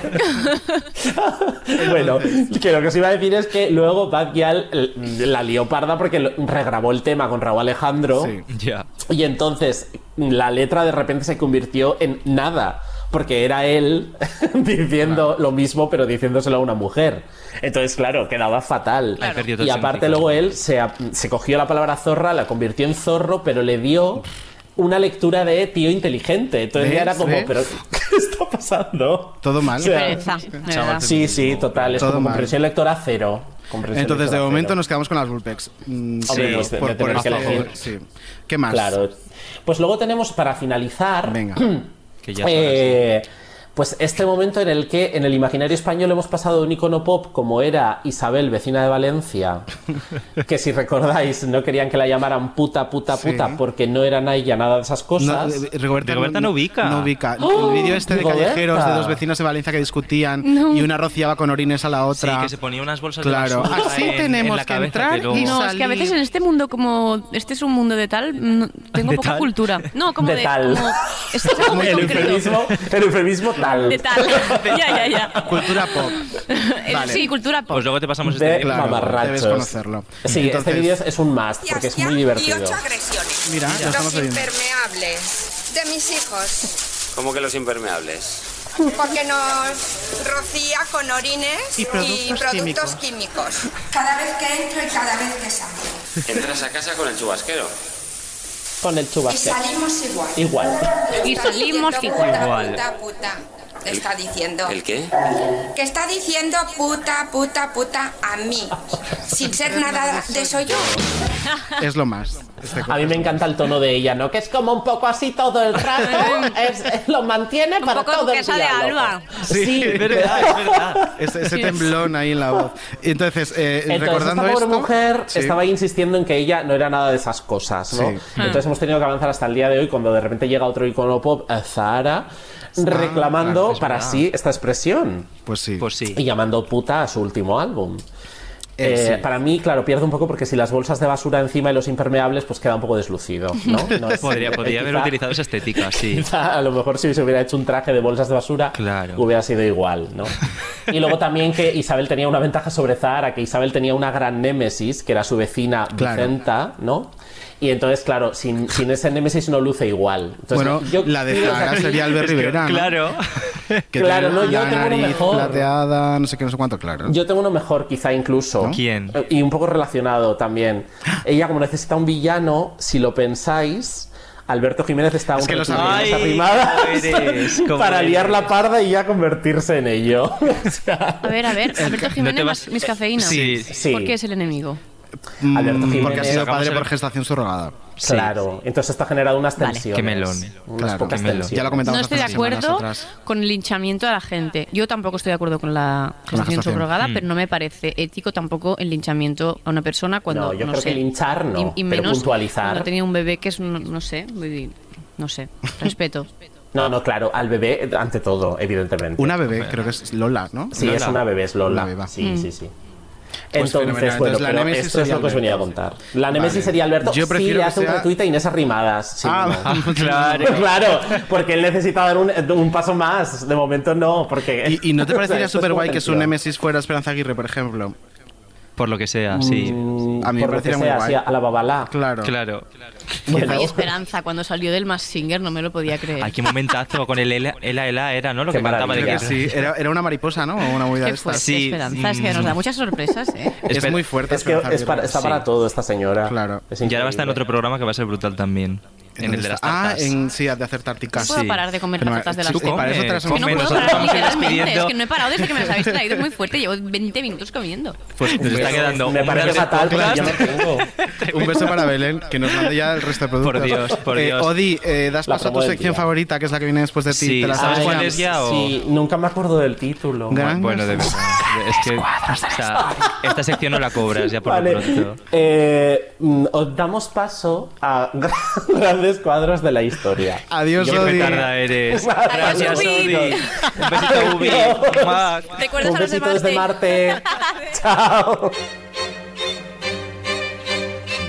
bueno, que lo que os iba a decir es que luego Bad Gyal l- la lió parda porque lo- regrabó el tema con Raúl Alejandro
Ya.
y entonces la letra de repente se convirtió en nada. Porque era él diciendo lo mismo, pero diciéndoselo a una mujer. Entonces, claro, quedaba fatal.
Ahí perdió todo
Y
el
aparte
sentido.
luego él se, ap- se cogió la palabra zorra, la convirtió en zorro, pero le dio una lectura de tío inteligente. Entonces ya
¿Ves?
era como,
¿Ves?
pero ¿qué está pasando?
Todo mal.
O sea,
Pereza, de verdad.
Sí, sí, total. Es
Todo
como
mal.
comprensión lectora cero. Comprensión
Entonces, de
lectora
momento
cero.
nos quedamos con las Vulpex. Mm,
Hombre, pues, me tenemos que
este-
elegir.
sí. ¿Qué más?
Claro. Pues luego tenemos para finalizar.
Venga.
Que ya es
Eh, pues este momento en el que en el imaginario español hemos pasado de un icono pop como era Isabel, vecina de Valencia, que si recordáis no querían que la llamaran puta, puta,
Sí.
puta, porque no era ella nada de esas
No,
cosas.
eh, Rigoberta,
Rigoberta no ubica.
No ubica.
¡Oh!
el vídeo este de
Rigoberta.
callejeros de dos vecinos de Valencia que discutían y una rociaba con orines a la
Sí,
otra.
que se ponía unas bolsas
Claro.
de basura
Así
en- en
tenemos
la
que
cabeza,
entrar
pero-
y
No, es que a veces en este mundo como este es un mundo de tal, no- tengo
¿De
poca
tal?
cultura. No, como
De
de,
tal.
como- este es algo muy
el
concreto.
eufemismo, el eufemismo tal.
De tal. Ya, ya, ya.
Cultura pop.
Eh,
Vale.
Sí, cultura pop.
Pues luego te pasamos este
De
vídeo.
Claro,
mamarrachos.
debes conocerlo.
Sí, este
Entonces-
vídeo es- es un must porque es muy divertido.
agresiones.
Mira, lo estamos
Los
oyendo.
impermeables de mis hijos.
¿Cómo que los impermeables?
Porque nos rocía con orines
Y productos químicos.
químicos. Cada vez que entro y cada vez que salgo.
Entras a casa con el chubasquero.
Con el
Y
chubasquero.
salimos igual.
Igual.
Le
Y
está
salimos
diciendo
igual.
Puta, puta, puta. Le está diciendo.
¿El qué?
Que está diciendo puta, puta, puta a mí. Sin ser nada de soy yo.
Es lo más. Este
A mí me encanta el tono de ella, ¿no? Que es como un poco así todo el rato, es- es- lo mantiene para
poco
todo el
duquesa de
diálogo.
Alba.
Sí,
es
Ah,
verdad, es verdad.
Ese, ese temblón ahí en la voz. Y Entonces, eh,
Entonces,
recordando
esta pobre
esto,
mujer
sí.
estaba ahí insistiendo en que ella no era nada de esas cosas, ¿no?
Sí.
Entonces hemos tenido que avanzar hasta el día de hoy cuando de repente llega otro icono pop, eh,
Ah,
Zahara, reclamando
Ah, es
para
verdad.
sí esta expresión
Pues sí.
Pues sí.
y llamando puta a su último álbum.
Eh,
Eh,
sí.
Para mí, claro, pierde un poco porque si las bolsas de basura encima y los impermeables, pues queda un poco deslucido, ¿no? No es-
Podría, podría haber
quizá-
utilizado esa estética, sí.
Quizá a lo mejor si se hubiera hecho un traje de bolsas de basura,
Claro.
hubiera sido igual, ¿no? Y luego también que Isabel tenía una ventaja sobre Zahara, que Isabel tenía una gran némesis, que era su vecina
Claro.
Vicenta, ¿no? Y entonces, claro, sin, sin ese némesis no luce igual. Entonces,
Bueno,
yo-
la de
yo-
Zahara sería Albert Rivera. ¿no?
Claro.
Que
Claro,
tiene
no, yo
la
tengo uno
nariz
mejor.
plateada, no sé qué, no sé cuánto, claro.
Yo tengo uno mejor, quizá incluso.
¿No? ¿Quién?
Eh, Y un poco relacionado también. Ella, como necesita un villano, si lo pensáis, Alberto Jiménez está
Es
un
que lo
ratito
sabía.
más
Ay,
arrimada
cómo eres, cómo
para liar
eres.
la parda y ya convertirse en ello.
A ver, a ver, Alberto Jiménez,
te vas-
mis cafeína.
Sí, sí.
¿Por qué es el enemigo?
Mm,
Alberto
porque ha
Jiménez.
sido padre
Sacamos
por
el-
gestación subrogada.
Claro, entonces está generado unas
Vale.
tensiones.
Qué melón.
Unas
Claro,
pocas
qué melón.
tensiones.
Ya lo comentamos
No estoy de acuerdo con el linchamiento a la gente. Yo tampoco estoy de acuerdo con la
Con la
gestación
gestación.
subrogada,
Mm.
pero no me parece ético tampoco el linchamiento a una persona cuando.
No, yo creo que
sé,
linchar no,
Y, y
pero
menos
puntualizar.
Cuando tenía un bebé que es, un- no, sé, muy- no sé, respeto.
No, no, claro, al bebé ante todo, evidentemente.
Una bebé, creo que es Lola, ¿no?
Sí, es una bebé, es Lola.
Una beba.
Sí,
Mm.
sí, sí.
Pues
Entonces,
fenomenal.
bueno,
Entonces, la
pero
némesis
esto es
sería
lo que os venía a
Alberto.
contar. La Nemesis
Vale.
sería Alberto.
Yo prefiero
sí, le
que
hace un
sea-
retweet a Inés Arrimadas. sí,
Ah,
no.
claro.
claro, porque él necesita dar un, un paso más. De momento no, porque...
¿Y, y no te parecería
Esto es
súper guay que su
comprensión.
némesis fuera Esperanza Aguirre, por ejemplo? Mm,
Por lo que sea, sí.
A mí me
Mm, por lo que
parecería muy
sea,
guay.
sí, a la babalá.
Claro.
Claro.
Ay, esperanza, cuando salió del Mask Singer no me lo podía creer.
Ay, qué momentazo con el Ela Ela, Ela era, ¿no? Lo que cantaba Pues de
Creo que sí. Era, era una mariposa, ¿no? O una movida
Qué
de
fuerte,
estas.
Esperanza, es que nos da muchas sorpresas, ¿eh?
Es muy fuerte.
Es que
Esperanza
es para-
Aguirre.
está para todo esta señora.
Claro.
Y ahora va a estar en otro programa que va a ser brutal también. En el de las
Ah,
tartas.
en, sí, de hacer tarticas.
No puedo
sí.
parar de comer
Pero,
las tartas de la
sí,
gente.
Para eso te las
Que no puedo
nosotros
parar,
vamos a
literalmente.
ir
Es
despidiendo.
que no he parado desde que me las habéis traído. Es muy fuerte. Llevo 20 minutos comiendo.
Pues nos está quedando
Me
un
parece
beso
fatal, pero
podcast.
yo no
Un beso para Belén, que nos mande ya el resto de
Por
productos.
Dios, por
Eh,
Dios.
Odi, eh, das
La
paso a tu
promo del
sección
día.
favorita, que es la que viene después de ti.
Sí,
¿Te la
¿sabes
sabes
cuál es ya o...?
Sí, nunca me acuerdo del título.
Gran-
Bueno, de verdad. Es que o sea, esta sección no la cobras ya por
Vale.
lo pronto.
Eh, mm, os damos paso a grandes cuadros de la historia.
Adiós,
Qué petarda eres.
Adiós,
Gracias, Odi.
Ubi.
Un besito, Ubi. Mua.
Un besito desde Marte. Chao.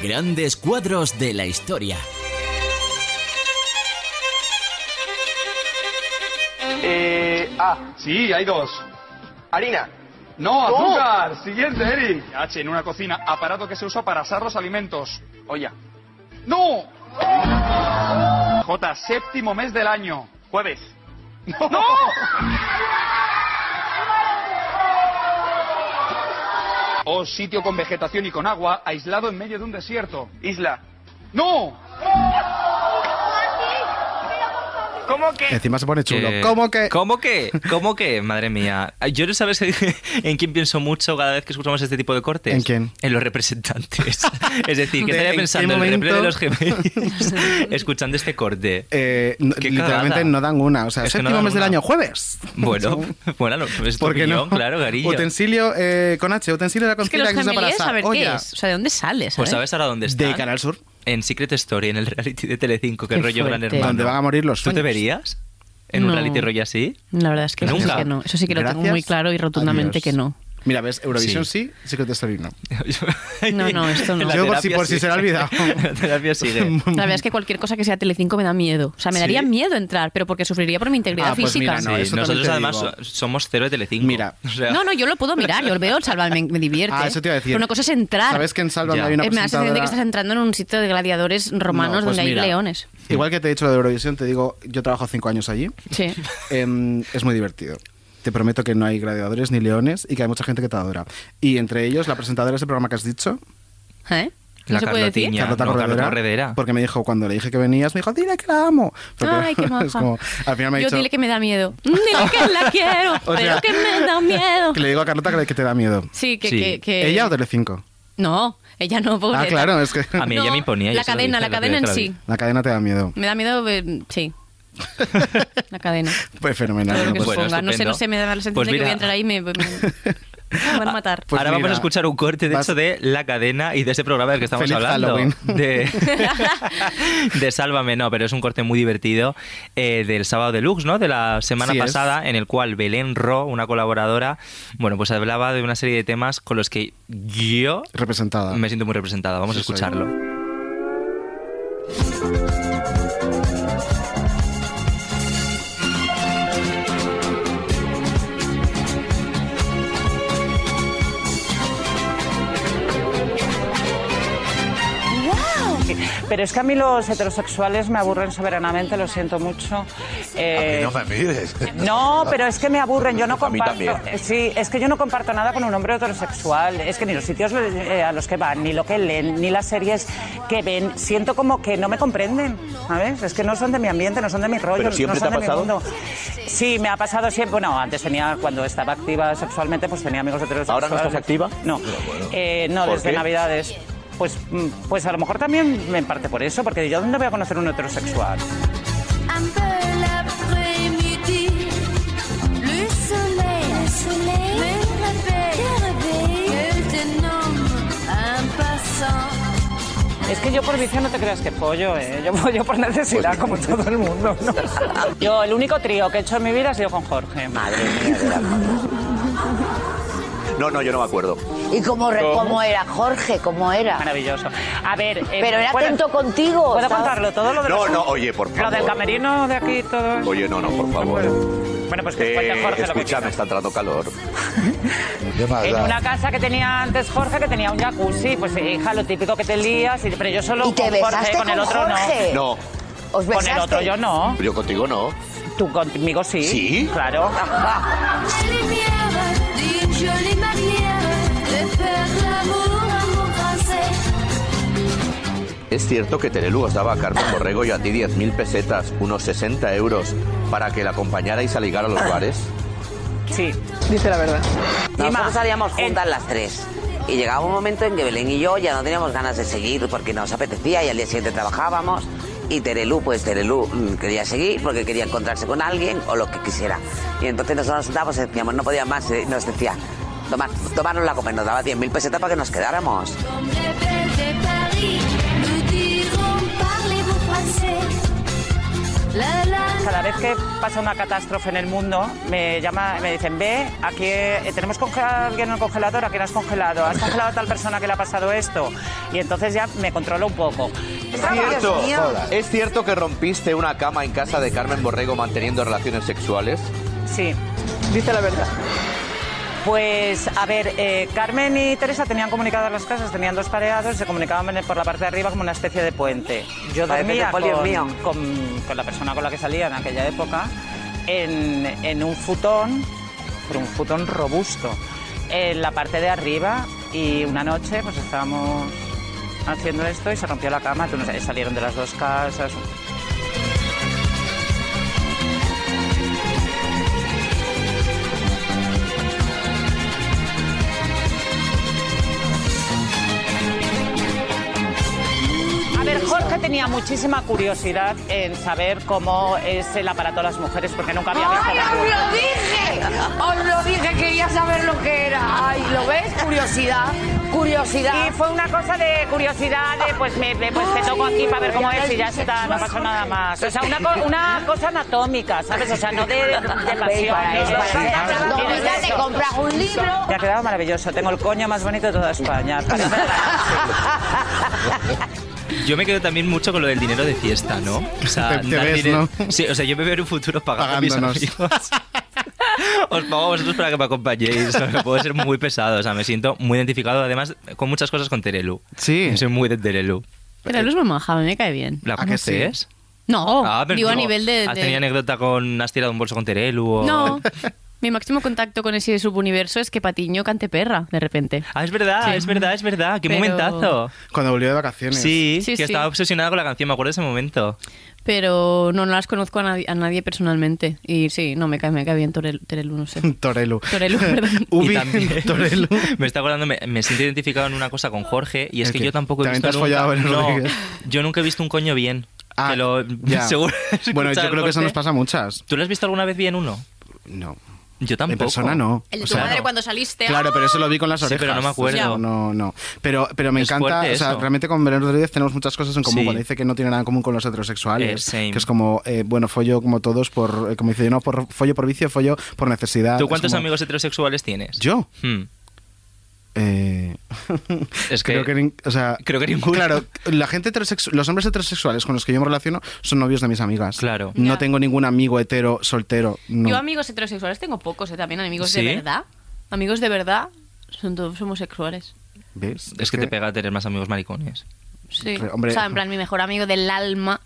Grandes cuadros de la historia.
Eh, ah, sí, hay dos. Harina. No,
No.
azúcar. Siguiente, Eric. H, en una cocina, aparato que se usa para asar los alimentos. Olla. No. J, séptimo mes del año. Jueves. No. O sitio con vegetación y con agua, aislado en medio de un desierto. Isla. ¡No! ¿Cómo que?
Encima se pone chulo.
Eh,
¿Cómo que?
¿Cómo que? ¿Cómo que? Madre mía. Yo no sabes en quién pienso mucho cada vez que escuchamos este tipo de cortes.
¿En quién?
En los representantes. Es decir, que
¿De
estaría
en qué
pensando en el replay de
momento?
los gemelos escuchando este corte.
Eh, no-
Qué
literalmente
cagada.
no dan una. O sea,
Es que no
séptimo
dan
mes del
una.
año, jueves.
Bueno, bueno, no, es tu
¿Por qué no?
opinión, claro, Garillo.
Utensilio eh, con H, utensilio de la
Es que
cocina
los
se usa para
gemelíes,
asar.
a ver qué
Olla.
es. O sea, ¿de dónde sales?
Pues sabes ahora dónde está. De Canal
¿Eh? Sur.
En Secret Story, en el reality de Telecinco, que
Qué
es rollo Gran
fuerte.
Hermano.
Donde van
a morir los
¿Tú te
sueños.
verías en un
No.
reality rollo así?
La verdad es que, no,
Nunca.
es que no. Eso sí que lo tengo
Gracias
muy claro y rotundamente
a Dios.
que no.
Mira, ves, Eurovisión sí, Secret Story no.
No, no, esto no.
La
Yo por si,
terapia
por si
sí.
se le ha olvidado.
La terapia sigue.
La verdad es que cualquier cosa que sea Telecinco me da miedo. O sea, me
¿Sí?
daría miedo entrar, pero porque sufriría por mi integridad
Ah, pues
física.
Sí, nosotros además so- somos cero de Telecinco. Mira,
No, no, yo lo puedo mirar, yo lo veo, el Sálvame me, me divierte.
Ah, eso te iba a decir.
Pero una cosa es entrar.
¿Sabes que en Sálvame
Ya. hay una
Eh, Me da la sensación de que
presentadora-
estás entrando en un sitio de gladiadores romanos
No, pues
donde
mira.
hay leones.
Igual que te he dicho lo de Eurovisión, te digo, yo trabajo cinco años allí.
Sí.
Em, es muy divertido. Te prometo que no hay gladiadores ni leones y que hay mucha gente que te adora. Y entre ellos, la presentadora de ese programa que has dicho,
¿Eh? ¿No se puede decir?
Carlota Corredera, Porque me dijo, cuando le dije que venías, me dijo, dile que la amo.
Ay, qué maja.
es como, al final me ha
Yo
dicho...
dile que me da miedo. Dile que la quiero,
O
pero
sea-
que me da miedo.
que le digo a Carlota que, le- que te da miedo.
Sí, que- Sí. que- que-
¿Ella o Telecinco?
No, ella no, pobre.
Ah, claro, es que...
A mí ella me imponía.
la
yo se lo
cadena,
dije
la
otro
cadena
día
en
que la
sí.
vi.
La cadena te da miedo.
Me da miedo, eh, sí. La cadena.
Pues fenomenal.
Todo lo
no
que
puedes-
suponga. no sé, no sé, me da la sensación
Pues
de que voy
mira.
a entrar ahí y me, me- me van a matar.
Pues
Ahora vamos
mira,
a escuchar un corte, de hecho, de La Cadena y de ese programa del que estamos
Feliz
hablando.
Halloween.
De, de Sálvame, no, pero es un corte muy divertido eh, del sábado deluxe, ¿no? De la semana
Sí es.
pasada, en el cual Belén Ro, una colaboradora, bueno, pues hablaba de una serie de temas con los que yo
Representada.
me siento muy representada. Vamos a
Sí, soy.
escucharlo.
¡Wow!
Pero es que a mí los heterosexuales me aburren soberanamente, lo siento mucho. Eh,
Y no me mires.
no, pero es que me aburren. Yo no
A mí
comparto. eh,
también.
Sí, es que yo no comparto nada con un hombre heterosexual. Es que ni los sitios eh, a los que van, ni lo que leen, ni las series que ven, siento como que no me comprenden. ¿Sabes? Es que no son de mi ambiente, no son de mi rollo,
¿Pero siempre
no son
te ha
de
pasado?
mi mundo. Sí, me ha pasado siempre. Bueno, antes tenía, cuando estaba activa sexualmente, pues tenía amigos heterosexuales.
¿Ahora no estás activa?
No. Eh, no,
¿Por
desde
qué?
Navidades. Pues, mm, pues a lo mejor también me parte por eso, porque yo dónde voy a conocer un heterosexual.
Un peu l'après-midi, le soleil, le soleil me réveille, me réveille, me dénomme un passant.
Es que yo por vicio no te creas que pollo, ¿eh? Yo pollo por necesidad, como
Pues
todo el mundo. ¿no? Yo, el único trío que he hecho en mi vida ha sido con Jorge. Madre mía,
No, no, yo no me acuerdo.
¿Y cómo, re-
¿Cómo?
cómo era Jorge? ¿Cómo era?
Maravilloso. A ver... eh,
Pero era
¿puedo-
atento contigo.
¿Puedo
¿sabes?
contarlo todo lo de
No,
los-
no, oye, por
Lo
favor.
del camerino de aquí, todo eso?
Oye, no, no, por favor.
Bueno, pues que cuente
Eh,
Jorge lo que
escúchame, está entrando calor.
En una casa que tenía antes Jorge, que tenía un jacuzzi, pues eh, hija, lo típico que te lías, y- pero yo solo
¿Y te
con
besaste
Jorge, con, el
con
otro
Jorge?
no.
No,
¿Os
Con el
besaste?
otro yo no.
yo contigo no.
Tú conmigo sí.
¿Sí?
Claro.
La lumière d'une jolie manière de faire l'amour à mon français.
Es cierto que Terelu os daba a Carmen Borrego y a ti 10.000 pesetas, unos 60 euros, para que la acompañarais a ligar a los bares.
Sí.
Dice la verdad.
Nosotros salíamos juntas las tres. Y llegaba un momento en que Belén y yo ya no teníamos ganas de seguir porque nos apetecía y al día siguiente trabajábamos. Y Terelú, pues Terelú mm, quería seguir porque quería encontrarse con alguien o lo que quisiera. Y entonces nosotros nos sentábamos y decíamos, no podía más, eh, nos decía, tomar, tomarnos la copa, nos daba 10.000 pesetas para que nos quedáramos.
Comme les belles de Paris, nous dirons parlez-vous français. La la
Cada vez que pasa una catástrofe en el mundo, me llama, me dicen, ve, aquí eh, tenemos congelado a alguien en el congelador, ¿a quién has congelado? ¿Has congelado a tal persona que le ha pasado esto? Y entonces ya me controlo un poco.
Es cierto, ¿Es cierto que rompiste una cama en casa de Carmen Borrego manteniendo relaciones sexuales?
Sí. Dice la verdad. Pues, a ver, eh, Carmen y Teresa tenían comunicadas las casas, tenían dos pareados, se comunicaban en el- por la parte de arriba como una especie de puente. Yo
Parece
dormía
que Poli es
con,
mío.
con- con la persona con la que salía en aquella época en, en un futón, pero un futón robusto, en la parte de arriba y una noche pues estábamos haciendo esto y se rompió la cama, tú no sabes, salieron de las dos casas, A ver, Jorge tenía muchísima curiosidad en saber cómo es el aparato de las mujeres, porque nunca había visto
¡Ay,
nada.
os lo dije! Os lo dije, quería saber lo que era. ¡Ay, lo ves! Curiosidad, curiosidad.
Y fue una cosa de curiosidad, de pues, me, de, pues te toco aquí para ver cómo es y ya está, no pasó nada más. O sea, una, co- una cosa anatómica, ¿sabes? O sea, no de, de
Ve,
pasión.
para
no
eso,
de-
para eso.
no de
Dominica, te
beso.
compras un libro.
Me ha quedado maravilloso. Tengo el coño más bonito de toda España.
Yo me quedo también mucho con lo del dinero de fiesta, ¿no? O sea,
Te- te
dar
ves,
dinero-
¿no?
Sí, o sea, yo me veo en un futuro pagando a mis
Pagándonos.
amigos. Os pago a vosotros para que me acompañéis. O sea, Puedo ser muy pesado, o sea, me siento muy identificado, además, con muchas cosas con Terelu. Sí. Soy muy de Terelu.
Pero Luz muy maja, me cae bien.
¿La
Ah,
conoces?
No,
Ah, pero
digo a
no.
nivel de...
¿Has
de-
tenido anécdota con. ¿Has tirado un bolso con Terelu? O...
No, mi máximo contacto con ese subuniverso es que Patiño cante perra, de repente.
Ah, es verdad,
Sí.
es verdad, es verdad. Qué
Pero-
momentazo.
Cuando volvió de vacaciones.
Sí,
Sí,
que
sí.
estaba obsesionada con la canción, me acuerdo de ese momento.
Pero no, no las conozco a nadie, a nadie personalmente. Y sí, no, me cae, me cae bien Torel- Terelu, no sé.
Torelu.
Torelu, perdón.
Ubi,
Y también-
Torelu.
Me está acordando, me, me siento identificado en una cosa con Jorge y es
¿El
que
qué?
yo tampoco he
¿También
visto.
te has follado
nunca-
en
no,
Rodríguez? Ah,
yo nunca he visto un coño bien. Te lo-
Ya.
seguro.
Bueno, yo
escucha,
creo que eso
Jorge.
nos pasa a muchas.
¿Tú lo has visto alguna vez bien uno?
No.
Yo tampoco.
En persona no.
El de
O
tu
sea,
madre cuando saliste.
Claro, pero eso lo vi con las
Sí,
orejas.
pero no me acuerdo.
No, no, no. Pero, pero me
Es
encanta,
fuerte
o sea,
eso.
realmente con Belén Rodríguez tenemos muchas cosas en común.
Sí.
Cuando dice que no tiene nada en común con los
Eh,
heterosexuales,
same.
que es como, eh, bueno, follo como todos por, eh, como dice, no, por, follo por vicio, follo por necesidad.
¿Tú
Es
cuántos
como-
amigos heterosexuales tienes?
Yo.
Hmm.
Eh,
Es que-
creo que, nin- o sea,
Eh, creo que ninguno.
Claro, la gente heterosexu- los hombres heterosexuales con los que yo me relaciono son novios de mis amigas.
Claro.
No
Ya.
tengo ningún amigo hetero soltero. no.
Yo amigos heterosexuales tengo pocos, ¿eh? también amigos
¿Sí?
de verdad. Amigos de verdad son todos homosexuales.
¿Ves?
Es que te pega tener más amigos maricones.
Sí.
Re- hombre.
O sea, en plan, mi mejor amigo del alma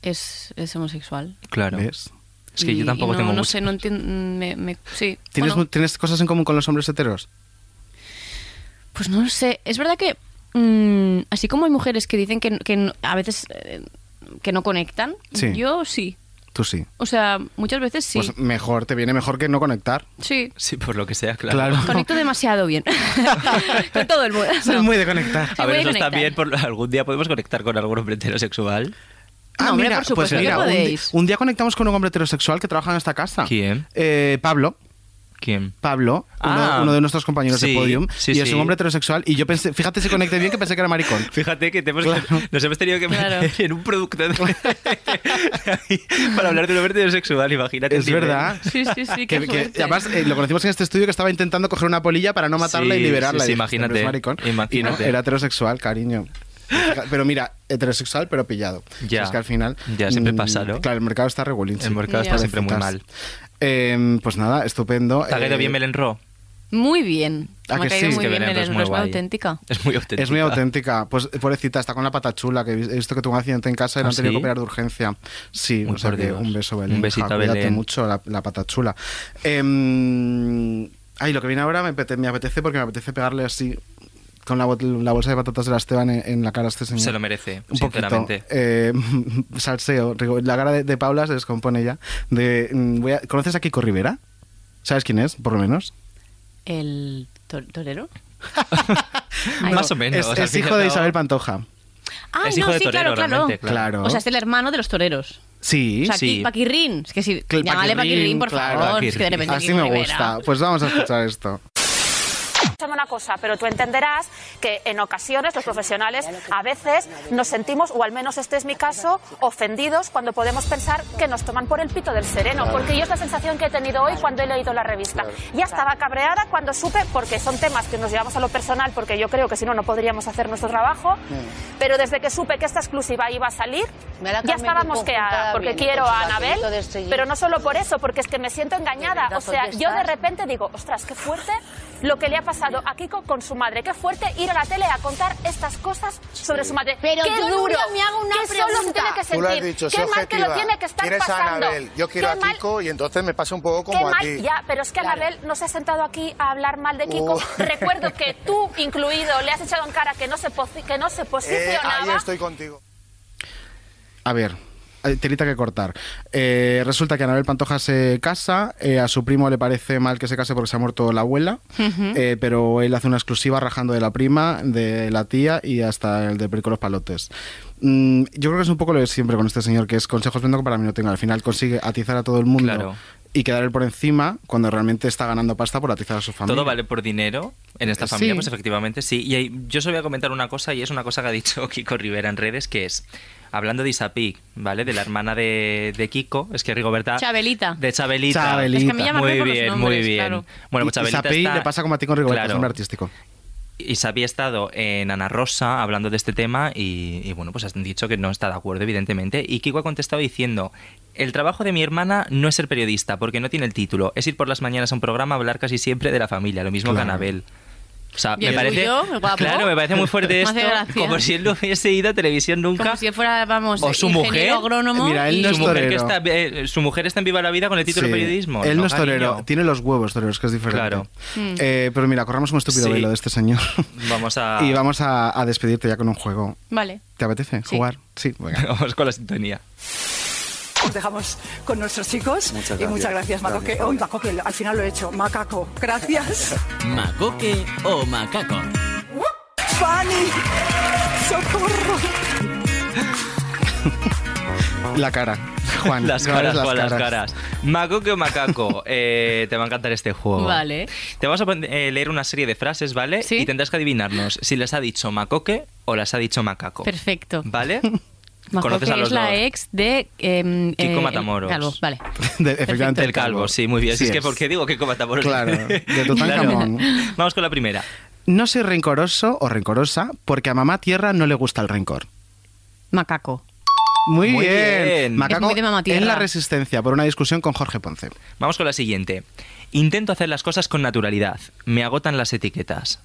es, es homosexual.
Claro. Es que
Y-
yo
y
tampoco
no,
tengo
No
mucho.
sé, no entiendo. me- me- sí.
¿Tienes,
Bueno,
mu- ¿Tienes cosas en común con los hombres heteros?
Pues no lo sé. Es verdad que, mm, así como hay mujeres que dicen que, que no- a veces eh, que no conectan,
Sí.
yo sí.
Tú sí.
O sea, muchas veces sí.
Pues mejor, te viene mejor que no conectar.
sí.
Sí, por lo que sea,
Claro.
Conecto demasiado bien. Con todo el mundo.
Soy muy de conectar.
Sí,
A
voy a
ver, nosotros
conectar.
también por, algún día podemos conectar con algún hombre heterosexual.
No, hombre, por
pues
supuesto que
mira, un, di-
podéis.
un día conectamos con un hombre heterosexual que trabaja en esta casa.
¿Quién?
Eh, Pablo.
¿Quién?
Pablo,
Ah.
uno, uno de nuestros compañeros
Sí,
de podium,
sí,
y es
sí.
un hombre heterosexual. Y yo pensé, fíjate si conecté bien que pensé que era maricón.
Fíjate que te hemos- nos hemos tenido que meter en un producto de- para hablar de un hombre heterosexual, imagínate.
Es
el nivel.
verdad. Que-
qué
que-
suerte.
además, eh, lo conocimos en este estudio que estaba intentando coger una polilla para no matarla
Sí,
y liberarla.
sí, sí,
Y dije, "Este
imagínate,
hombre es maricón. Y no,
imagínate.
era heterosexual, cariño. Pero mira, heterosexual, pero pillado.
Ya.
Es que al final.
Ya, siempre
mm,
pasa, ¿no?
Claro, el mercado está regulín.
El mercado está Ya. siempre muy mal.
Eh, pues nada, estupendo.
¿Te ha caído
Eh,
bien Belén Ro?
Muy bien.
¿A
Me ha
Ah, que
caído muy
sí? Es que
bien.
Belén
Belén
es
Ro
muy
es muy
guay.
auténtica.
Es muy auténtica.
Es muy auténtica. Pues pobrecita, está con la pata chula, que he visto que tuvo un accidente en casa y la
¿Ah,
han tenido
sí?
que operar de urgencia. Sí,
Uy,
o sea
por
que
Dios.
un beso,
Un
Belén.
besito
hija,
a
cuídate
Belén.
mucho la, la pata chula. Em, ay, lo que viene ahora me, apete- me apetece porque me apetece pegarle así con la, bot- la bolsa de patatas de la Esteban en, en la cara a este señor.
Se lo merece,
Un poquito.
sinceramente.
Eh, salseo. Rigo- La cara de, de Paula se descompone ya. De, mm, voy a- ¿Conoces a Kiko Rivera? ¿Sabes quién es, por lo menos?
¿El tor- torero?
Más o menos.
es
al
es
fin y al
hijo de
cabo.
Isabel Pantoja.
Ah,
Es
no,
hijo de
sí,
torero,
claro,
realmente,
claro.
claro.
O sea, es el hermano de los toreros.
Sí,
o sea,
sí.
Ki- Paquirrín. Es que sí,
Que el
llámale Paquirrín, por
claro.
favor. Es que de repente
Así
Kiko
me
Rivera.
gusta. Pues vamos a escuchar esto.
Escúchame una cosa, pero tú entenderás que en ocasiones los profesionales a veces nos sentimos, o al menos este es mi caso, ofendidos cuando podemos pensar que nos toman por el pito del sereno,
Claro.
porque yo es la sensación que he tenido hoy cuando he leído la revista.
Claro.
Ya estaba cabreada cuando supe, porque son temas que nos llevamos a lo personal, porque yo creo que si no, no podríamos hacer nuestro trabajo, pero desde que supe que esta exclusiva iba a salir, ya
Carmen
estaba
que
mosqueada,
conjuntada
porque
viene
quiero
con su
a Anabel,
papelito de estrellita.
pero no solo por eso, porque es que me siento engañada.
verdad,
O sea,
¿dónde
yo de
estás?
repente digo, ostras, qué fuerte lo que le ha pasado a Kiko con su madre. Qué fuerte ir a la tele a contar estas cosas sobre su madre.
Pero
qué
yo un
duro,
día me hago una
qué solo se
pregunta.
tiene que
Tú
sentir.
lo has
dicho,
qué
sé
mal que lo
objetiva.
tiene que estar
Quieres
pasando.
a Anabel, yo quiero
Qué
a
mal-
Kiko y entonces me pasa un poco como
Qué
a
mal,
ti.
ya, pero es que Anabel no se ha sentado aquí a hablar mal de Kiko.
Uh.
Recuerdo que tú, incluido, le has echado en cara que no se, posi- que no se
Eh,
posicionaba.
ahí estoy contigo.
A ver. hay Telita que cortar. Eh, resulta que Anabel Pantoja se casa, eh, a su primo le parece mal que se case porque se ha muerto la abuela,
¿Mm?
Ujú.
eh, pero él hace una exclusiva rajando de la prima, de la tía y hasta el de Perico los Palotes. Mm, yo creo que es un poco lo de siempre con este señor, que es consejos vendo que para mí no tengo. Al final consigue atizar a todo el mundo y quedar él por encima cuando realmente está ganando pasta por atizar a su familia.
Todo vale por dinero en esta
Sí.
familia, pues efectivamente sí. Y ahí- yo solo voy a comentar una cosa, y es una cosa que ha dicho Kiko Rivera en redes, que es, hablando de Isapí, ¿vale? De la hermana de, de Kiko, es que Rigoberta...
Chabelita.
De Chabelita.
Chabelita. Es que a mí ya me
muy
acuerdo los
bien, muy
nombres,
bien.
claro.
Bueno,
Y-
pues Chabelita
y Sapei
está-
le pasa como a ti con Rigoberta,
Claro.
es un artístico.
Isapi ha estado en Ana Rosa hablando de este tema y, y, bueno, pues han dicho que no está de acuerdo, evidentemente. Y Kiko ha contestado diciendo, el trabajo de mi hermana no es ser periodista, porque no tiene el título, es ir por las mañanas a un programa a hablar casi siempre de la familia, lo mismo
Claro.
que Anabel. O sea,
¿Y
me
el
parece,
tuyo, el guapo?
claro, me parece muy fuerte
Me
esto,
hace gracia.
como si él no hubiese ido a televisión nunca.
Como si fuera, vamos,
o su
ingeniero
mujer,
agrónomo. y-
su, mujer que está, eh, su mujer está en Viva la Vida con el título
Sí.
de periodismo.
Él no, es
cariño?
torero, tiene los huevos toreros, que es diferente.
Claro.
Mm.
Eh, pero mira, corramos un estúpido
Sí. Ah.
velo de este señor.
Vamos a...
Y vamos a, a despedirte ya con un juego.
Vale.
¿Te apetece
Sí.
jugar? Sí, venga.
vamos con la sintonía.
Os dejamos con nuestros chicos
Muchas
y
gracias.
muchas gracias, Macoque.
Gracias,
Uy, Macoque, al final lo he hecho. Macaco, gracias.
Macoque o macaco.
Fanny, socorro.
La cara. Juan,
las
Juan,
caras,
las
Juan, las
caras.
caras. Macoque o macaco, eh, te va a encantar este juego.
Vale.
Te vamos a pon- eh, leer una serie de frases, ¿vale? Y tendrás que adivinarnos si las ha dicho macoque o las ha dicho macaco.
Perfecto.
¿Vale?
Majo,
Conoces
que
a los
es la
dos.
ex de... em,
Kiko
el
Matamoros.
Calvo, vale.
De- efectivamente.
Del calvo, sí, muy bien. si
Sí
es, que
es.
porque digo que comatamos.
Claro, de Tutankamón.
Vamos con la primera.
No soy rencoroso o rencorosa porque a mamá tierra no le gusta el rencor.
Macaco.
Muy,
Muy
bien.
bien.
Macaco
Es muy de mamá tierra.
en la resistencia por una discusión con Jorge Ponce.
Vamos con la siguiente. Intento hacer las cosas con naturalidad. Me agotan las etiquetas.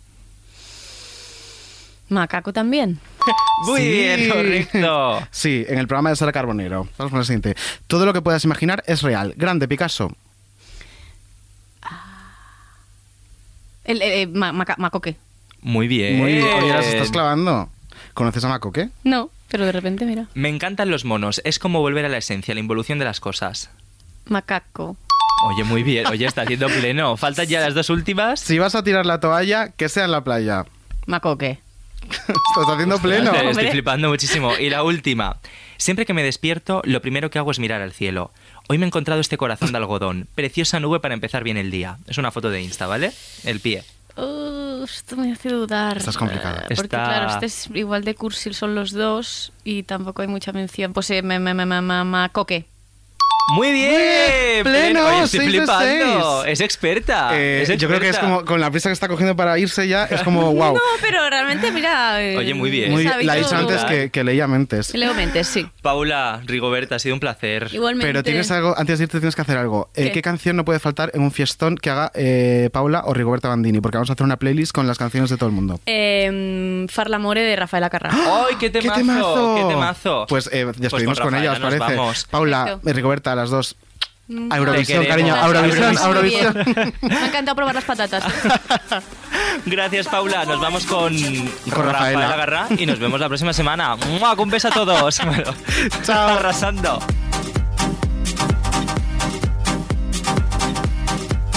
Macaco también.
Muy bien, correcto.
Sí, en el programa de Sara Carbonero. Vamos con el siguiente. Todo lo que puedas imaginar es real. Grande Picasso.
El, el- el ma- maca- macoque.
Muy bien.
Muy bien. Oye, ahora se estás clavando. ¿Conoces a Maco, qué?
No, pero de repente, mira.
Me encantan los monos. Es como volver a la esencia, la involución de las cosas.
Macaco.
Oye, muy bien. Oye, está haciendo pleno. Faltan ya las dos últimas.
Si vas a tirar la toalla, que sea en la playa.
Macoque.
Estás haciendo pleno.
Estoy flipando muchísimo. Y la última. Siempre que me despierto, lo primero que hago es mirar al cielo. Hoy me he encontrado este corazón de algodón. Preciosa nube para empezar bien el día. Es una foto de Insta, ¿vale? El pie.
Uh, esto me hace dudar.
Estás complicada.
Eh, Porque,
Está-
claro, este es igual de cursil, son los dos y tampoco hay mucha mención. Pues eh, me, me, me, me- me- me- coque.
Muy bien.
Bien, ¡Eh, pleno,
¡Eh, Oye, estoy
seis de
flipando.
seis.
Es experta.
Eh,
es
yo creo que es
experta.
como con la prisa que está cogiendo para irse ya, es como Oh, wow.
No, pero realmente, mira. eh,
Oye, muy bien.
Muy-
sabido-
la he dicho antes que, que leía mentes.
Leo mentes, sí.
Paula, Rigoberta, ha sido un placer.
Igualmente.
Pero tienes algo, antes de irte tienes que hacer algo. Eh,
¿Qué?
¿Qué? canción no puede faltar en un fiestón que haga eh, Paula o Rigoberta Bandini? Porque vamos a hacer una playlist con las canciones de todo el mundo.
Eh, Farlamore de Rafael Acarra.
¡Ay, qué temazo! ¡Qué temazo!
Pues eh, despedimos
con
con, ella, ¿os
Rafaela
parece?
nos vamos.
Paula,
Perfecto.
eh, Rigoberta, las dos.
Mm.
A Eurovisión,
Te
cariño. A
queremos.
Eurovisión, a
Muy bien.
Eurovisión.
Me ha encantado probar las patatas.
Gracias, Paula. Nos vamos con, Rafael
Rafaela.
Agarra y nos vemos la próxima semana. ¡Mua! Un beso a todos. Chao. Arrasando.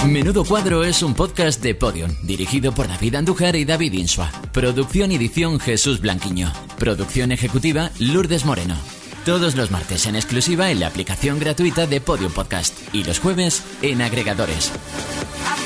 Menudo Cuadro es un podcast de Podium, dirigido por David Andújar y David Insua. Producción y edición Jesús Blanquiño. Producción ejecutiva Lourdes Moreno. Todos los martes en exclusiva en la aplicación gratuita de Podium Podcast y los jueves en agregadores.
I